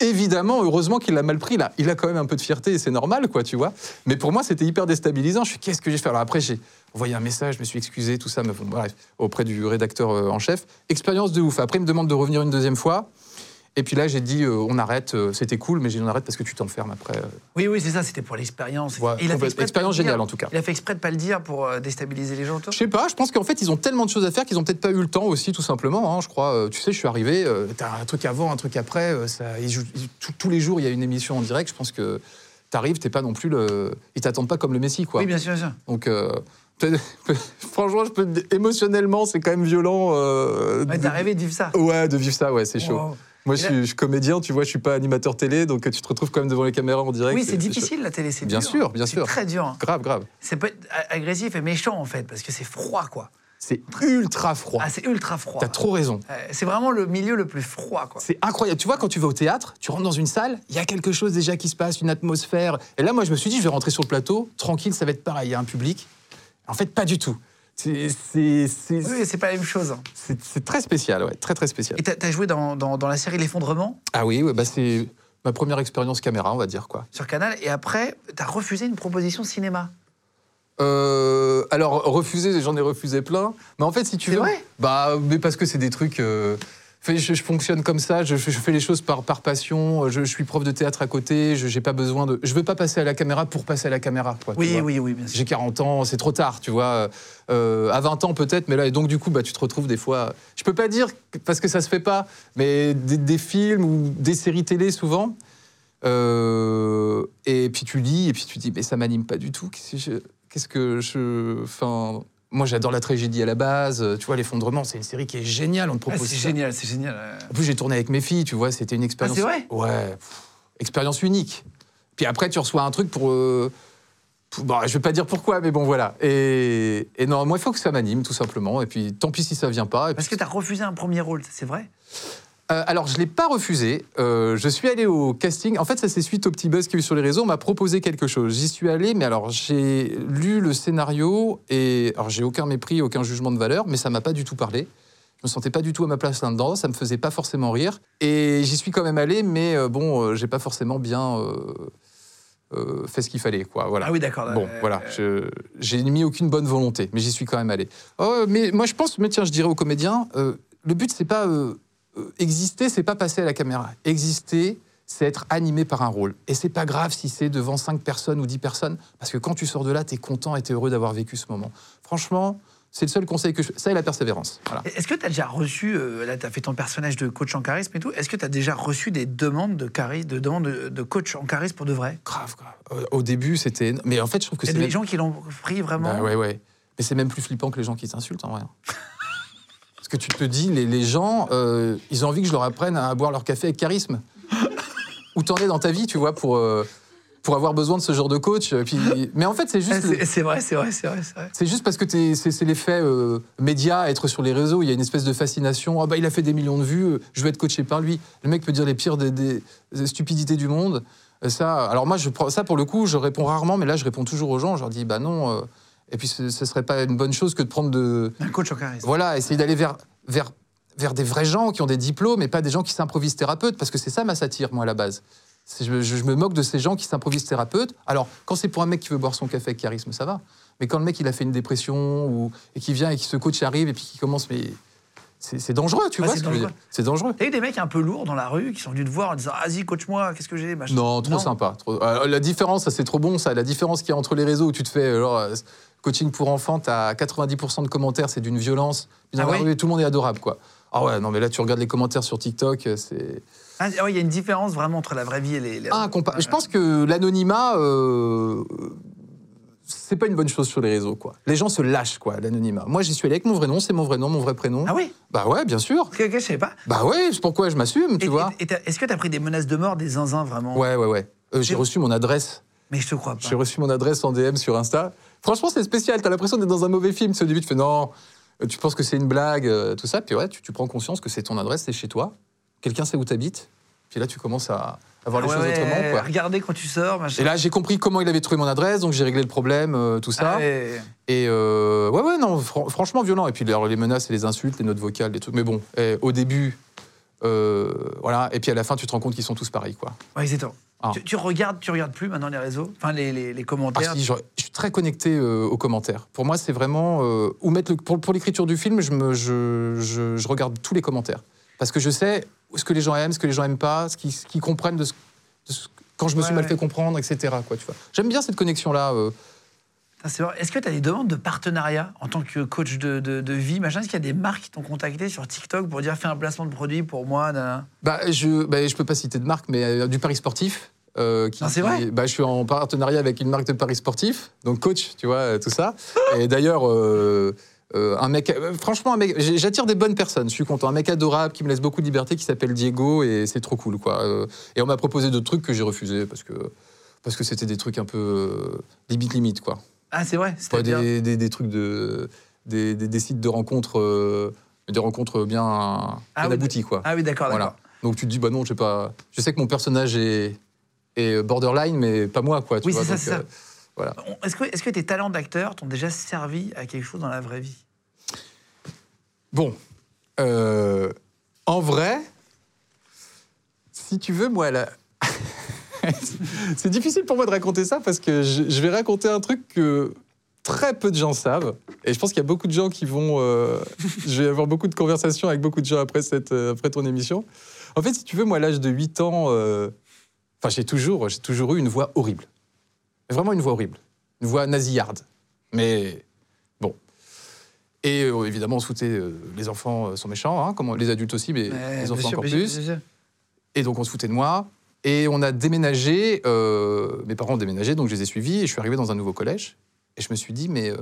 S4: Évidemment, heureusement qu'il l'a mal pris là. Il a quand même un peu de fierté et c'est normal, quoi, tu vois. Mais pour moi, c'était hyper déstabilisant. Je suis, qu'est-ce que j'ai fait Alors après, j'ai envoyé un message, je me suis excusé, tout ça, mais bon, bref, auprès du rédacteur euh, en chef. Expérience de ouf. Après, il me demande de revenir une deuxième fois. Et puis là, j'ai dit, euh, on arrête, euh, c'était cool, mais j'ai dit, on arrête parce que tu t'enfermes après. euh.
S1: Oui, oui, c'est ça, c'était pour l'expérience.
S4: Ouais,
S1: Et il a fait
S4: complète-
S1: exprès de pas le
S4: expérience
S1: dire.
S4: géniale, en tout cas.
S1: Il a fait exprès de pas le dire pour euh, déstabiliser les gens autour.
S4: Je sais pas, je pense qu'en fait, ils ont tellement de choses à faire qu'ils ont peut-être pas eu le temps aussi, tout simplement. hein, je crois, Euh, tu sais, je suis arrivé, euh, t'as un truc avant, un truc après, euh, ça, ils jouent- ils- tous- tous les jours, il y a une émission en direct. Je pense que t'arrives, t'es pas non plus le. Ils t'attendent pas comme le Messi, quoi.
S1: Oui, bien sûr, bien sûr.
S4: Donc. euh, peut- Franchement, je peux te dire, émotionnellement, c'est quand même violent. euh,
S1: Ouais,
S4: de-
S1: T'as rêvé de vivre ça.
S4: Ouais, de vivre ça, ouais, c'est chaud.
S1: Wow.
S4: Moi,
S1: Et
S4: je
S1: là-
S4: suis, je suis comédien, tu vois, je suis pas animateur télé, donc euh, tu te retrouves quand même devant les caméras en direct.
S1: Oui, c'est
S4: chaud.
S1: difficile la télé, c'est
S4: Bien
S1: dur.
S4: sûr, bien
S1: C'est
S4: sûr.
S1: Très dur. hein.
S4: Grave, grave.
S1: C'est peut être a- agressif et méchant en fait, parce que c'est froid quoi.
S4: C'est ultra froid.
S1: Ah, c'est ultra froid.
S4: T'as trop raison.
S1: Euh, C'est vraiment le milieu le plus froid quoi.
S4: C'est incroyable. Tu vois, quand tu vas au théâtre, tu rentres dans une salle, il y a quelque chose déjà qui se passe, une atmosphère. Et là, moi, je me suis dit, je vais rentrer sur le plateau, tranquille, ça va être pareil, il y a un public. En fait, pas du tout. C'est c'est- c'est-
S1: Oui, c'est pas la même chose. hein.
S4: c'est- c'est très spécial, ouais, très très spécial.
S1: Et t'as as joué dans, dans- dans la série L'effondrement
S4: Ah oui, ouais, bah, c'est ma première expérience caméra, on va dire quoi.
S1: sur Canal, et après, t'as refusé une proposition cinéma.
S4: Euh, alors refuser, j'en ai refusé plein. Mais en fait, si tu
S1: C'est
S4: veux,
S1: vrai
S4: bah, mais parce que c'est des trucs. euh, fait, je, je fonctionne comme ça. Je, je fais les choses par, par passion. Je, je suis prof de théâtre à côté. Je j'ai pas besoin de. Je veux pas passer à la caméra pour passer à la caméra. quoi, tu
S1: Oui,
S4: vois.
S1: oui, oui, bien sûr.
S4: J'ai 40 ans, c'est trop tard, tu vois. Euh, à 20 ans peut-être, mais là, et donc du coup, bah, tu te retrouves des fois. Je peux pas dire que- parce que ça se fait pas, mais des, des films ou des séries télé souvent. Euh, et puis tu lis, et puis tu dis, mais ça m'anime pas du tout. Qu'est-ce que je- Qu'est-ce que je. Enfin, moi, j'adore la tragédie à la base. euh, Tu vois, l'effondrement, c'est une série qui est géniale. On te
S1: Ah,
S4: propose.
S1: c'est
S4: ça.
S1: génial, c'est génial. euh.
S4: En plus, j'ai tourné avec mes filles, tu vois, c'était une expérience.
S1: Ah, c'est vrai
S4: Ouais, pff, expérience unique. Puis après, tu reçois un truc pour. euh, pour- bon, je vais pas dire pourquoi, mais bon, voilà. Et, et non, moi, il faut que ça m'anime, tout simplement. Et puis, tant pis si ça vient pas. Et puis-
S1: Parce que t'as refusé un premier rôle, c'est vrai
S4: Euh, alors, je l'ai pas refusé. Euh, je suis allé au casting. En fait, ça, c'est suite au petit buzz qu'il y a eu sur les réseaux. On m'a proposé quelque chose. J'y suis allé, mais alors, j'ai lu le scénario et. Alors, j'ai aucun mépris, aucun jugement de valeur, mais ça m'a pas du tout parlé. Je me sentais pas du tout à ma place là-dedans, ça me faisait pas forcément rire. Et j'y suis quand même allé, mais euh, bon, euh, j'ai pas forcément bien euh, euh, fait ce qu'il fallait, quoi. Voilà.
S1: Ah oui, d'accord.
S4: Bon,
S1: euh,
S4: voilà,
S1: euh,
S4: je- j'ai mis aucune bonne volonté, mais j'y suis quand même allé. Oh, mais moi, je pense, mais tiens, je dirais aux comédiens, euh, le but, c'est pas euh, euh, exister, c'est pas passer à la caméra. Exister, c'est être animé par un rôle. Et c'est pas grave si c'est devant 5 personnes ou 10 personnes, parce que quand tu sors de là, t'es content et t'es heureux d'avoir vécu ce moment. Franchement, c'est le seul conseil que je. Ça et la persévérance. Voilà.
S1: Est-ce que t'as déjà reçu, euh, là t'as fait ton personnage de coach en charisme et tout, est-ce que t'as déjà reçu des demandes de, charisme, de, demandes de, de coach en charisme pour de vrai
S4: Grave, grave. Euh, Au début, c'était. Mais en fait, je trouve que
S1: Il y
S4: c'est.
S1: a des
S4: même-
S1: gens qui l'ont pris vraiment
S4: Bah ouais, ouais. Mais c'est même plus flippant que les gens qui t'insultent en vrai. Parce que tu te dis, les, les gens, euh, ils ont envie que je leur apprenne à boire leur café avec charisme. Où t'en es dans ta vie, tu vois, pour, euh, pour avoir besoin de ce genre de coach. et Puis... Mais en fait, c'est
S1: Ah,
S4: juste. le-
S1: C'est c'est vrai, c'est vrai, c'est vrai. c'est vrai.
S4: C'est juste parce que t'es- c'est c'est l'effet euh, média, être sur les réseaux, il y a une espèce de fascination. Ah bah il a fait des millions de vues, euh, je vais être coaché par lui. Le mec peut dire les pires des, des- des stupidités du monde. Euh, Ça, alors moi je prends ça pour le coup, je réponds rarement, mais là je réponds toujours aux gens. Je leur dis bah non. euh, et puis ce, ce serait pas une bonne chose que de prendre de
S1: Un coach en charisme.
S4: voilà, essayer d'aller vers vers vers des vrais gens qui ont des diplômes et pas des gens qui s'improvisent thérapeutes parce que c'est ça ma satire moi à la base. C'est- Je, je- je me moque de ces gens qui s'improvisent thérapeutes. Alors, quand c'est pour un mec qui veut boire son café avec charisme, ça va. Mais quand le mec, il a fait une dépression ou, et qui vient et qui se coach arrive et puis qui commence, mais c'est c'est dangereux, tu
S1: Ah,
S4: vois
S1: c'est
S4: ce que je veux dire.
S1: dangereux.
S4: C'est dangereux.
S1: T'as eu des mecs un peu lourds dans la rue qui sont venus te voir en disant Vas-y, coach-moi, qu'est-ce que j'ai machin.
S4: Non, trop sympa. trop- euh, la différence, ça c'est trop bon, ça. La différence qu'il y a entre les réseaux où tu te fais euh, genre, euh, coaching pour enfants, t'as 90% de commentaires, c'est d'une violence. Puis dans
S1: Ah
S4: la
S1: oui
S4: rue, tout le monde est adorable, quoi. Ah ouais, non, mais là, tu regardes les commentaires sur TikTok, euh, c'est.
S1: Ah, ah ouais, il y a une différence vraiment entre la vraie vie et les. les-
S4: Ah, compa- Je pense que l'anonymat, euh, c'est pas une bonne chose sur les réseaux, quoi. Les gens se lâchent, quoi, l'anonymat. Moi, j'y suis allé avec mon vrai nom, c'est mon vrai nom, mon vrai prénom.
S1: Ah oui
S4: Bah ouais, bien sûr.
S1: Parce que que je sais pas.
S4: Bah ouais, c'est pourquoi je m'assume, tu
S1: Et-
S4: vois.
S1: et- et t'as- Est-ce que t'as pris des menaces de mort des zinzins vraiment
S4: Ouais, ouais, ouais. Euh, j'ai
S1: Et-
S4: reçu mon adresse.
S1: Mais je te crois pas.
S4: J'ai reçu mon adresse en DM sur Insta. Franchement, c'est spécial. T'as l'impression d'être dans un mauvais film. Tu sais, Au début, tu fais non, euh, tu penses que c'est une blague, euh, tout ça. Puis ouais, tu, tu prends conscience que c'est ton adresse, c'est chez toi. Quelqu'un sait où t'habites. Puis là, tu commences à, à voir les
S1: Ah
S4: choses
S1: ouais, ouais,
S4: autrement. quoi.
S1: Regardez quand tu sors, machin.
S4: Et là, j'ai compris comment il avait trouvé mon adresse, donc j'ai réglé le problème, euh, tout ça.
S1: Ah ouais.
S4: Et euh, ouais, ouais, non, fran- franchement violent. Et puis alors, les menaces et les insultes, les notes vocales, les trucs. Mais bon, eh, au début, euh, voilà. Et puis à la fin, tu te rends compte qu'ils sont tous pareils, quoi.
S1: Ouais, exactement.
S4: Ah.
S1: Tu, tu regardes, tu regardes plus maintenant les réseaux, enfin les, les, les
S4: Ah
S1: commentaires.
S4: si, je, je suis très connecté euh, aux commentaires. Pour moi, c'est vraiment euh, où mettre le- pour, pour l'écriture du film, je, me, je, je- je regarde tous les commentaires parce que je sais ce que les gens aiment, ce que les gens aiment pas, ce qu'ils ce qu'ils comprennent de ce, de ce- quand je me suis
S1: Ouais,
S4: mal
S1: ouais.
S4: fait comprendre, etc. Quoi, tu vois. J'aime bien cette euh, connexion là.
S1: Putain, c'est vrai. Est-ce que tu as des demandes de partenariat en tant que coach de, de- de vie, machin Est-ce qu'il y a des marques qui t'ont contacté sur TikTok pour dire fais un placement de produit pour moi nanana
S4: Bah, je, bah, je peux pas citer de marque, mais euh, du Paris sportif. euh, qui-
S1: Ah, c'est vrai
S4: qui- bah, Je suis en partenariat avec une marque de Paris sportif, donc coach, tu vois, euh, tout ça. Et d'ailleurs, euh, euh, un mec, euh, franchement, un mec, j'ai- j'attire des bonnes personnes. Je suis content. Un mec adorable qui me laisse beaucoup de liberté, qui s'appelle Diego, et c'est trop cool, quoi. Euh, Et on m'a proposé d'autres trucs que j'ai refusés parce que parce que c'était des trucs un peu euh, limite limite, quoi.
S1: Ah, c'est vrai
S4: Pas
S1: C'est-à-dire
S4: des, des- des trucs de des, des- des sites de rencontres, euh, des rencontres bien, bien
S1: Ah oui,
S4: abouties, quoi.
S1: Ah oui, d'accord,
S4: Voilà.
S1: d'accord.
S4: Donc tu te dis, bah non, je sais pas. Je sais que mon personnage est, est borderline, mais pas moi, quoi. Tu
S1: Oui,
S4: vois,
S1: c'est ça,
S4: donc,
S1: c'est ça.
S4: euh,
S1: On- Est-ce que, est-ce que tes talents d'acteur t'ont déjà servi à quelque chose dans la vraie vie
S4: Bon. Euh, en vrai, si tu veux, moi, là. c'est difficile pour moi de raconter ça parce que je, je vais raconter un truc que très peu de gens savent. Et je pense qu'il y a beaucoup de gens qui vont. euh, je vais avoir beaucoup de conversations avec beaucoup de gens après, cette, euh, après ton émission. En fait, si tu veux, moi, à l'âge de 8 ans, euh, enfin, j'ai toujours, j'ai toujours eu une voix horrible. Vraiment une voix horrible. Une voix nasillarde. Mais et euh, évidemment, on se foutait, euh, les enfants euh, sont méchants, hein, comme les adultes aussi, mais
S1: Ouais,
S4: les
S1: bien
S4: enfants
S1: sûr,
S4: encore
S1: bien
S4: plus.
S1: sûr, bien sûr.
S4: Et donc, on se foutait de moi. Et on a déménagé, euh, mes parents ont déménagé, donc je les ai suivis, et je suis arrivé dans un nouveau collège. Et je me suis dit, mais euh,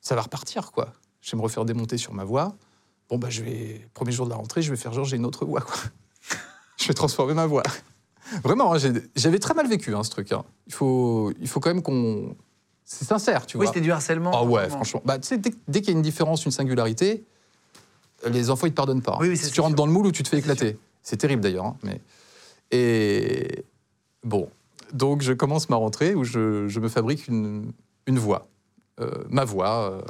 S4: ça va repartir, quoi. Je vais me refaire démonter sur ma voix. Bon, bah, je vais, premier jour de la rentrée, je vais faire genre, j'ai une autre voix, quoi. je vais transformer ma voix. Vraiment, hein, j'ai- j'avais très mal vécu, hein, ce truc. hein. Il, faut, il faut quand même qu'on. C'est sincère, tu
S1: Oui,
S4: vois.
S1: c'était du harcèlement.
S4: Ah ouais,
S1: vraiment.
S4: franchement. Bah, tu sais, dès, dès qu'il y a une différence, une singularité, les enfants, ils te pardonnent pas. hein.
S1: Oui, oui, ça,
S4: si
S1: c'est
S4: tu rentres
S1: sûr.
S4: dans le moule ou tu te fais
S1: Ça, c'est
S4: éclater. C'est terrible d'ailleurs. hein, mais... Et bon, donc je commence ma rentrée où je, je me fabrique une, une voix. Euh, ma voix. euh,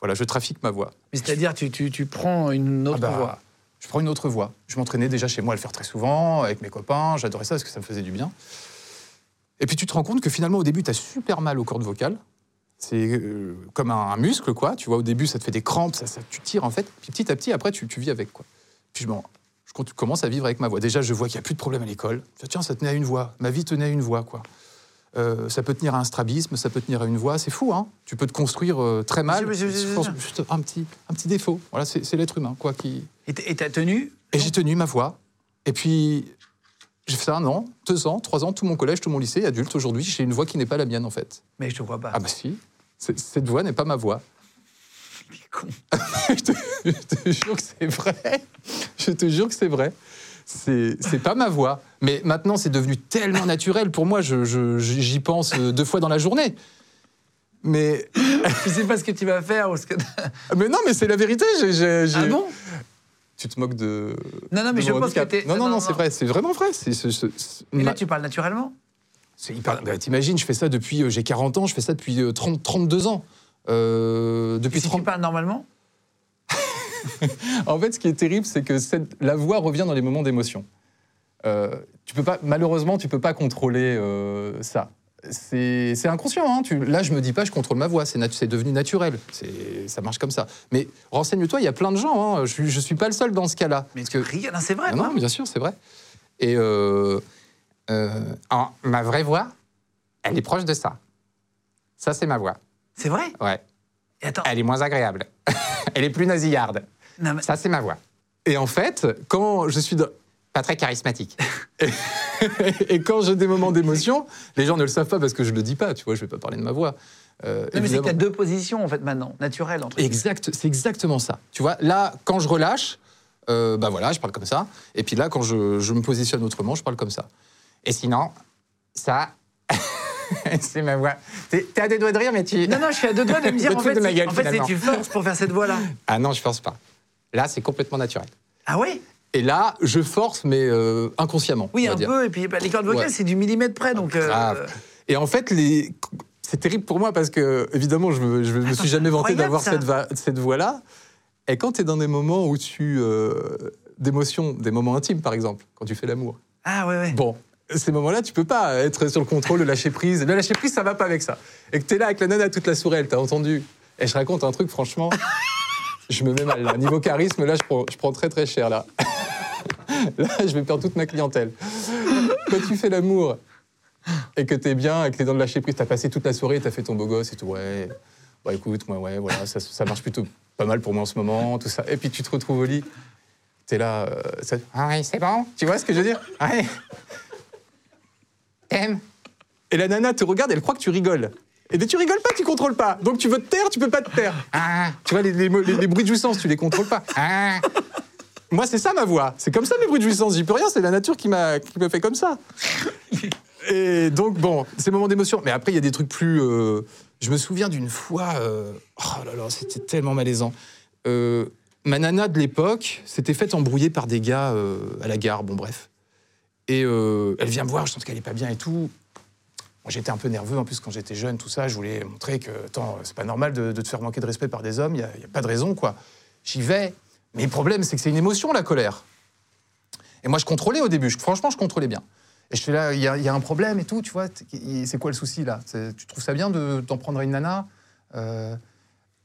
S4: Voilà, je trafique ma voix.
S1: Mais c'est-à-dire, tu, tu, tu prends une autre
S4: Ah bah,
S1: voie.
S4: Je prends une autre voie. Je m'entraînais déjà chez moi à le faire très souvent, avec mes copains, j'adorais ça parce que ça me faisait du bien. Et puis tu te rends compte que finalement au début, tu as super mal aux cordes vocales. C'est euh, comme un, un muscle, quoi. Tu vois, au début, ça te fait des crampes, ça, ça- tu tires en fait. Puis petit à petit, après, tu, tu vis avec, quoi. Puis je, m'en- je con- commence à vivre avec ma voix. Déjà, je vois qu'il n'y a plus de problème à l'école. Je dis, Tiens, ça tenait à une voix. Ma vie tenait à une voix, quoi. Euh, ça peut tenir à un strabisme, ça peut tenir à une voix, c'est fou, hein Tu peux te construire euh, très mal,
S1: Monsieur, monsieur,
S4: Je
S1: monsieur.
S4: pense juste un petit, un petit défaut. Voilà, c'est c'est l'être humain, quoi, qui,
S1: Et t- Et t'as tenu
S4: et j'ai tenu ma voix. Et puis, j'ai fait ça un an, deux ans, trois ans, tout mon collège, tout mon lycée, adulte. Aujourd'hui,
S1: Ah
S4: j'ai une voix qui n'est pas la mienne, en fait.
S1: Mais je te crois pas.
S4: Ah bah si, c'est- cette voix n'est pas ma voix. je, te, je te jure que c'est vrai. Je te jure que c'est vrai. C'est c'est pas ma voix. Mais maintenant, c'est devenu tellement naturel pour moi. je- je- J'y pense euh, deux fois dans la journée. Mais,
S1: Tu sais pas ce que tu vas faire ou ce que.
S4: mais non, mais c'est la vérité. j'ai- j'ai- j'ai-
S1: Ah bon
S4: tu te moques de.
S1: Non, non, mais
S4: de
S1: je
S4: mon
S1: pense que
S4: handicap.
S1: t'es.
S4: Non, non, non, c'est vrai. C'est vraiment vrai. C'est c'est- c'est- c'est-
S1: Et là,
S4: ma-
S1: tu parles naturellement.
S4: c'est hyper- bah, T'imagines, je fais ça depuis. euh, J'ai 40 ans, je fais ça depuis euh, 30, 32 ans. Euh,
S1: Et
S4: depuis
S1: si
S4: 30
S1: tu parles normalement,
S4: En fait, ce qui est terrible, c'est que cette- la voix revient dans les moments d'émotion. Euh, tu peux pas, malheureusement, tu peux pas contrôler euh, ça. C'est c'est inconscient. hein, tu- là, je me dis pas, je contrôle ma voix. C'est natu- c'est devenu naturel. C'est- Ça marche comme ça. Mais renseigne-toi, il y a plein de gens. hein, je, suis- je suis pas le seul dans ce cas-là.
S1: mais
S4: Parce Ah
S1: tu ris. Non, c'est vrai.
S4: non,
S1: quoi.
S4: non, bien sûr, c'est vrai. Et euh, euh, en- ma vraie voix, elle est proche de ça. Ça, c'est ma voix.
S1: C'est vrai.
S4: Ouais.
S1: Et attends.
S4: Elle est moins agréable. elle est plus nasillarde.
S1: non, mais-
S4: Ça, c'est ma voix. Et en fait, quand je suis dans- pas très charismatique, et, et quand j'ai des moments d'émotion, les gens ne le savent pas parce que je le dis pas, tu vois, je vais pas parler de ma voix. Euh,
S1: Non, mais c'est que
S4: évidemment.
S1: t'as deux positions en fait maintenant, naturelles entre.
S4: Exact, c'est exactement ça. Tu vois, là, quand je relâche, euh, bah voilà, je parle comme ça. Et puis là, quand je, je me positionne autrement, je parle comme ça. Et sinon, ça, c'est ma voix. T'es t'es à des doigts de rire, mais tu.
S1: Non, non, je suis à deux doigts de me dire
S4: Le
S1: en
S4: truc
S1: fait,
S4: de ma gueule,
S1: en fait, c'est
S4: finalement.
S1: tu forces pour faire cette voix-là.
S4: Ah non, je force pas. Là, c'est complètement naturel.
S1: Ah ouais
S4: Et là, je force, mais euh, inconsciemment.
S1: Oui,
S4: on va
S1: un
S4: dire.
S1: peu. Et puis bah, les cordes vocales,
S4: Ouais.
S1: c'est du millimètre près, donc. euh,
S4: Grave. Et en fait, les... c'est terrible pour moi parce que, évidemment, je me, je me suis jamais vanté
S1: incroyable,
S4: d'avoir
S1: ça.
S4: cette, va- cette voix-là. Et quand tu es dans des moments où tu. euh, d'émotions, des moments intimes, par exemple, quand tu fais l'amour.
S1: Ah ouais, ouais.
S4: Bon, Euh, ces moments-là, tu peux pas euh, être sur le contrôle, le lâcher prise. Le lâcher prise, ça va pas avec ça. Et que tu es là avec la nana toute la sourelle, t'as entendu Et je raconte un truc, franchement, je me mets mal. Là. Niveau charisme, là, je prends, je prends très très cher, là. Là, je vais perdre toute ma clientèle. Quand tu fais l'amour et que t'es bien, et que t'es dans le lâcher prise, t'as passé toute la soirée, t'as fait ton beau gosse et tout, ouais. Bah écoute, moi, ouais, voilà, ça, ça marche plutôt pas mal pour moi en ce moment, tout ça. Et puis tu te retrouves au lit, t'es là, euh, ça- ah ouais, c'est bon, tu vois ce que je veux dire Ouais. T'aimes Et la nana te regarde, elle croit que tu rigoles. Et bien tu rigoles pas, tu contrôles pas. Donc tu veux te taire, tu peux pas te taire. Ah. Tu vois, les, les mots- les- les bruits de jouissance, tu les contrôles pas. Ah. Moi, c'est ça ma voix. C'est comme ça mes bruits de jouissance. J'y peux rien, c'est la nature qui m'a qui me fait comme ça. Et donc, bon, ces moments d'émotion. Mais après, il y a des trucs plus. euh, Je me souviens d'une fois. euh, Oh là là, c'était tellement malaisant. Euh, ma nana de l'époque s'était faite embrouiller par des gars euh, à la gare. Bon, bref. Et euh, elle vient me voir, je sens qu'elle est pas bien et tout. Moi, J'étais un peu nerveux, en plus, quand j'étais jeune, tout ça. Je voulais montrer que, attends, c'est pas normal de, de te faire manquer de respect par des hommes, il n'y a, y a pas de raison, quoi. J'y vais. Mais le problème, c'est que c'est une émotion, la colère. Et moi, je contrôlais au début, je- franchement, je contrôlais bien. Et je fais là, il y, a- y a un problème et tout, tu vois. t'es- y- C'est quoi le souci, là C'est- Tu trouves ça bien de t'en prendre à une nana Euh,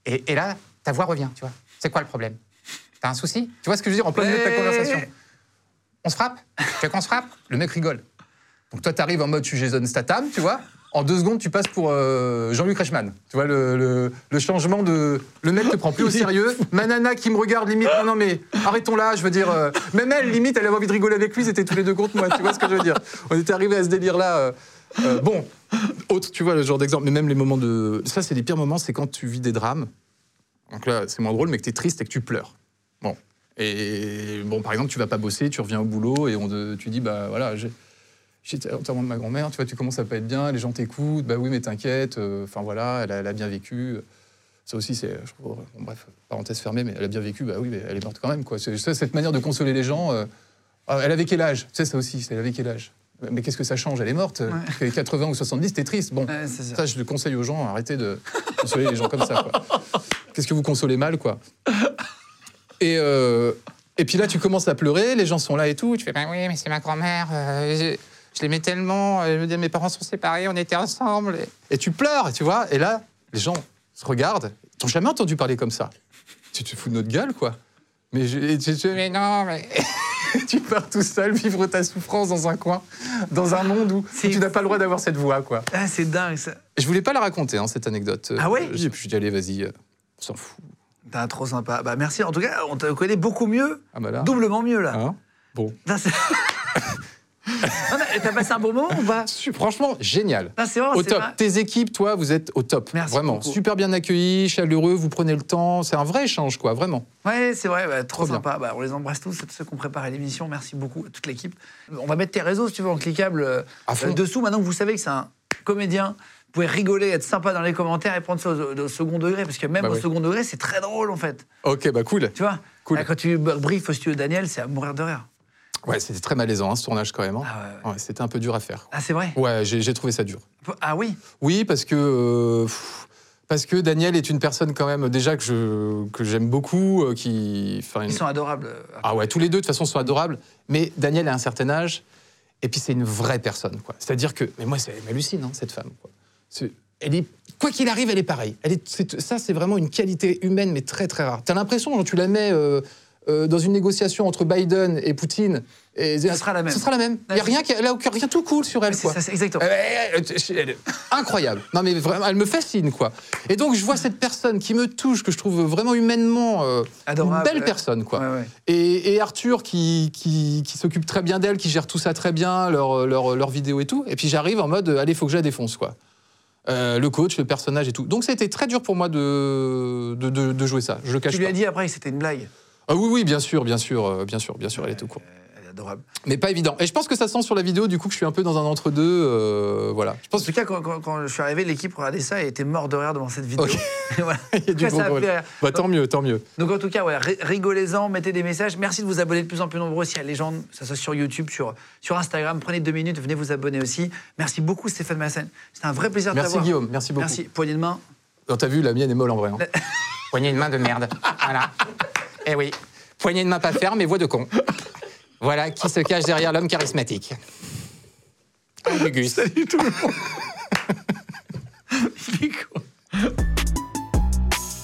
S4: et, et là, ta voix revient, tu vois. C'est quoi le problème T'as un souci Tu vois ce que je veux dire en plein milieu de ta
S1: Ouais.
S4: conversation On se frappe Tu veux qu'on se frappe Le mec rigole. Donc toi, t'arrives en mode tu Jason Statham, tu vois. En deux secondes, tu passes pour euh, Jean-Luc Reichmann. Tu vois, le, le- le changement de. Le mec te prend plus au sérieux. Ma nana qui me regarde, limite. Non, non, mais arrêtons là, je veux dire. euh, même elle, limite, elle avait envie de rigoler avec lui, ils étaient tous les deux contre moi. Tu vois ce que je veux dire On était arrivé à ce délire-là. euh, euh, bon, autre, tu vois, le genre d'exemple. Mais même les moments de. Ça, c'est les pires moments, c'est quand tu vis des drames. Donc là, c'est moins drôle, mais que t'es triste et que tu pleures. Bon. Et bon, par exemple, tu vas pas bosser, tu reviens au boulot et on te- tu dis, bah voilà, j'ai. J'étais à l'enterrement de ma grand-mère, tu vois, tu commences à pas être bien, les gens t'écoutent, bah oui, mais t'inquiète, euh, enfin voilà, elle a, elle a bien vécu. Ça aussi, c'est, je trouve, bon, bref, parenthèse fermée, mais elle a bien vécu, bah oui, mais elle est morte quand même, quoi. C'est, ça, cette manière de consoler les gens, euh, ah, elle avait quel âge Tu sais, ça aussi, c'est elle avait quel âge Mais qu'est-ce que ça change Elle est morte, euh, 80 ou 70, t'es triste, bon.
S1: Ouais, c'est ça.
S4: Ça, je le conseille aux gens, arrêtez de consoler les gens comme ça. quoi. Qu'est-ce que vous consolez mal, quoi et, euh, et puis là, tu commences à pleurer, les gens sont là et tout, tu fais ben oui, mais c'est ma grand-mère, euh, je, je l'aimais tellement, euh, je me disais, mes parents sont séparés, on était ensemble. Et, et tu pleures, tu vois, et là, les gens se regardent, t'ont jamais entendu parler comme ça. Tu te fous de notre gueule, quoi. Mais, je, et tu- tu- mais non, mais. tu pars tout seul vivre ta souffrance dans un coin, dans un monde où, où
S1: C'est
S4: tu n'as pas le droit d'avoir cette voix, quoi.
S1: Ah, c'est dingue ça.
S4: Je voulais pas la raconter, hein, cette anecdote.
S1: Ah ouais
S4: Euh, J'ai pu dire, allez, vas-y, euh, on s'en fout.
S1: T'as trop sympa. Bah merci. En tout cas, on te connaît beaucoup mieux,
S4: Ah bah là.
S1: doublement mieux là.
S4: Hein bon.
S1: Là, c'est- Non, mais T'as passé un bon moment ou pas
S4: Su- Franchement, génial.
S1: Non, c'est vraiment,
S4: Au
S1: Oh, c'est
S4: top.
S1: ma-
S4: Tes équipes, toi, vous êtes au top.
S1: Merci
S4: Vraiment.
S1: beaucoup.
S4: Super bien accueillis, chaleureux, vous prenez le temps. C'est un vrai échange, quoi, vraiment.
S1: Ouais, c'est vrai, bah, trop
S4: Trop bien.
S1: sympa. Bah, on les embrasse tous, c'est tous ceux qui ont préparé l'émission. Merci beaucoup à toute l'équipe. On va mettre tes réseaux, si tu veux, en cliquable euh,
S4: À fond.
S1: euh, dessous. Maintenant que vous savez que c'est un comédien, vous pouvez rigoler, être sympa dans les commentaires et prendre ça au, au second degré, parce que même
S4: Bah
S1: au
S4: oui.
S1: second degré, c'est très drôle, en fait.
S4: Ok, bah cool.
S1: Tu vois
S4: Cool.
S1: Là, Quand tu briefes, si tu veux, Daniel, c'est à mourir de rire.
S4: Ouais, c'était très malaisant, hein, ce tournage, quand même. hein.
S1: Ah, ouais,
S4: Ouais, c'était un peu dur à faire.
S1: Ah, c'est vrai
S4: Ouais, j'ai j'ai trouvé ça dur.
S1: Ah oui
S4: Oui, parce que. euh, pff, parce que Daniel est une personne quand même déjà que je que j'aime beaucoup, euh, qui. enfin,
S1: Ils
S4: une-
S1: sont adorables.
S4: Ah ouais, tous les deux de toute façon sont adorables, mais Daniel a un certain âge, et puis c'est une vraie personne, quoi. C'est-à-dire que, mais moi, c'est- elle m'hallucine, hein, cette femme. Quoi. C'est- Elle est, quoi qu'il arrive, elle est pareille. Elle est, c'est- ça, c'est vraiment une qualité humaine, mais très très rare. T'as l'impression, genre, tu la mets euh, euh, dans une négociation entre Biden et Poutine, et
S1: Ça sera la même.
S4: Ça sera la même. Il y a rien, qui- elle a aucun- rien tout cool sur elle,
S1: C'est
S4: quoi.
S1: ça, c'est- exactement.
S4: Euh, elle- elle- elle est incroyable. Non, mais vraiment, elle me fascine, quoi. Et donc, je vois cette personne qui me touche, que je trouve vraiment humainement euh,
S1: Adorable,
S4: une belle
S1: ouais.
S4: personne, quoi.
S1: Ouais, ouais.
S4: Et, et Arthur qui, qui, qui s'occupe très bien d'elle, qui gère tout ça très bien, leur, leur, leur vidéo et tout. Et puis j'arrive en mode, allez, faut que je la défonce, quoi. Euh, le coach, le personnage et tout. Donc c'était très dur pour moi de, de, de- de jouer ça. Je le cache
S1: Tu lui
S4: pas.
S1: as dit après que c'était une blague.
S4: Ah oui, oui, bien sûr, bien sûr, euh, bien sûr, bien sûr, elle est au courant.
S1: Elle est adorable.
S4: Mais pas évident. Et je pense que ça sent sur la vidéo, du coup, que je suis un peu dans un entre-deux. euh, voilà. Je
S1: En
S4: pense
S1: tout cas, quand, quand- quand je suis arrivé, l'équipe regardait ça et était mort de rire devant cette vidéo.
S4: Ok.
S1: Et voilà.
S4: qu'il y
S1: Ça,
S4: a du
S1: ça
S4: gros
S1: a
S4: rôle.
S1: fait rire.
S4: Bah tant mieux, tant mieux.
S1: Donc en tout cas, ouais, ri- rigolez-en, mettez des messages. Merci de vous abonner de plus en plus nombreux aussi à Légende, que ça soit sur YouTube, sur, sur Instagram. Prenez deux minutes, venez vous abonner aussi. Merci beaucoup Stéphane Massen. C'était un vrai plaisir de
S4: Merci
S1: t'avoir.
S4: Guillaume, merci beaucoup.
S1: Merci. Poignée de main.
S4: Non, T'as vu, la mienne est molle en vrai. hein.
S7: Poignée de main de merde. Voilà. Eh oui. Poignée de main pas ferme et voix de con. Voilà qui se cache derrière l'homme charismatique. Lugus.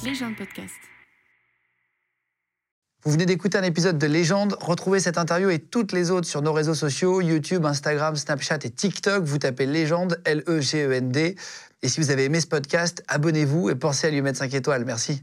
S3: Légende podcast.
S1: Vous venez d'écouter un épisode de Légende. Retrouvez cette interview et toutes les autres sur nos réseaux sociaux, YouTube, Instagram, Snapchat et TikTok. Vous tapez Légende, E L-E-G-E-N-D. Et si vous avez aimé ce podcast, abonnez-vous et pensez à lui mettre 5 étoiles. Merci.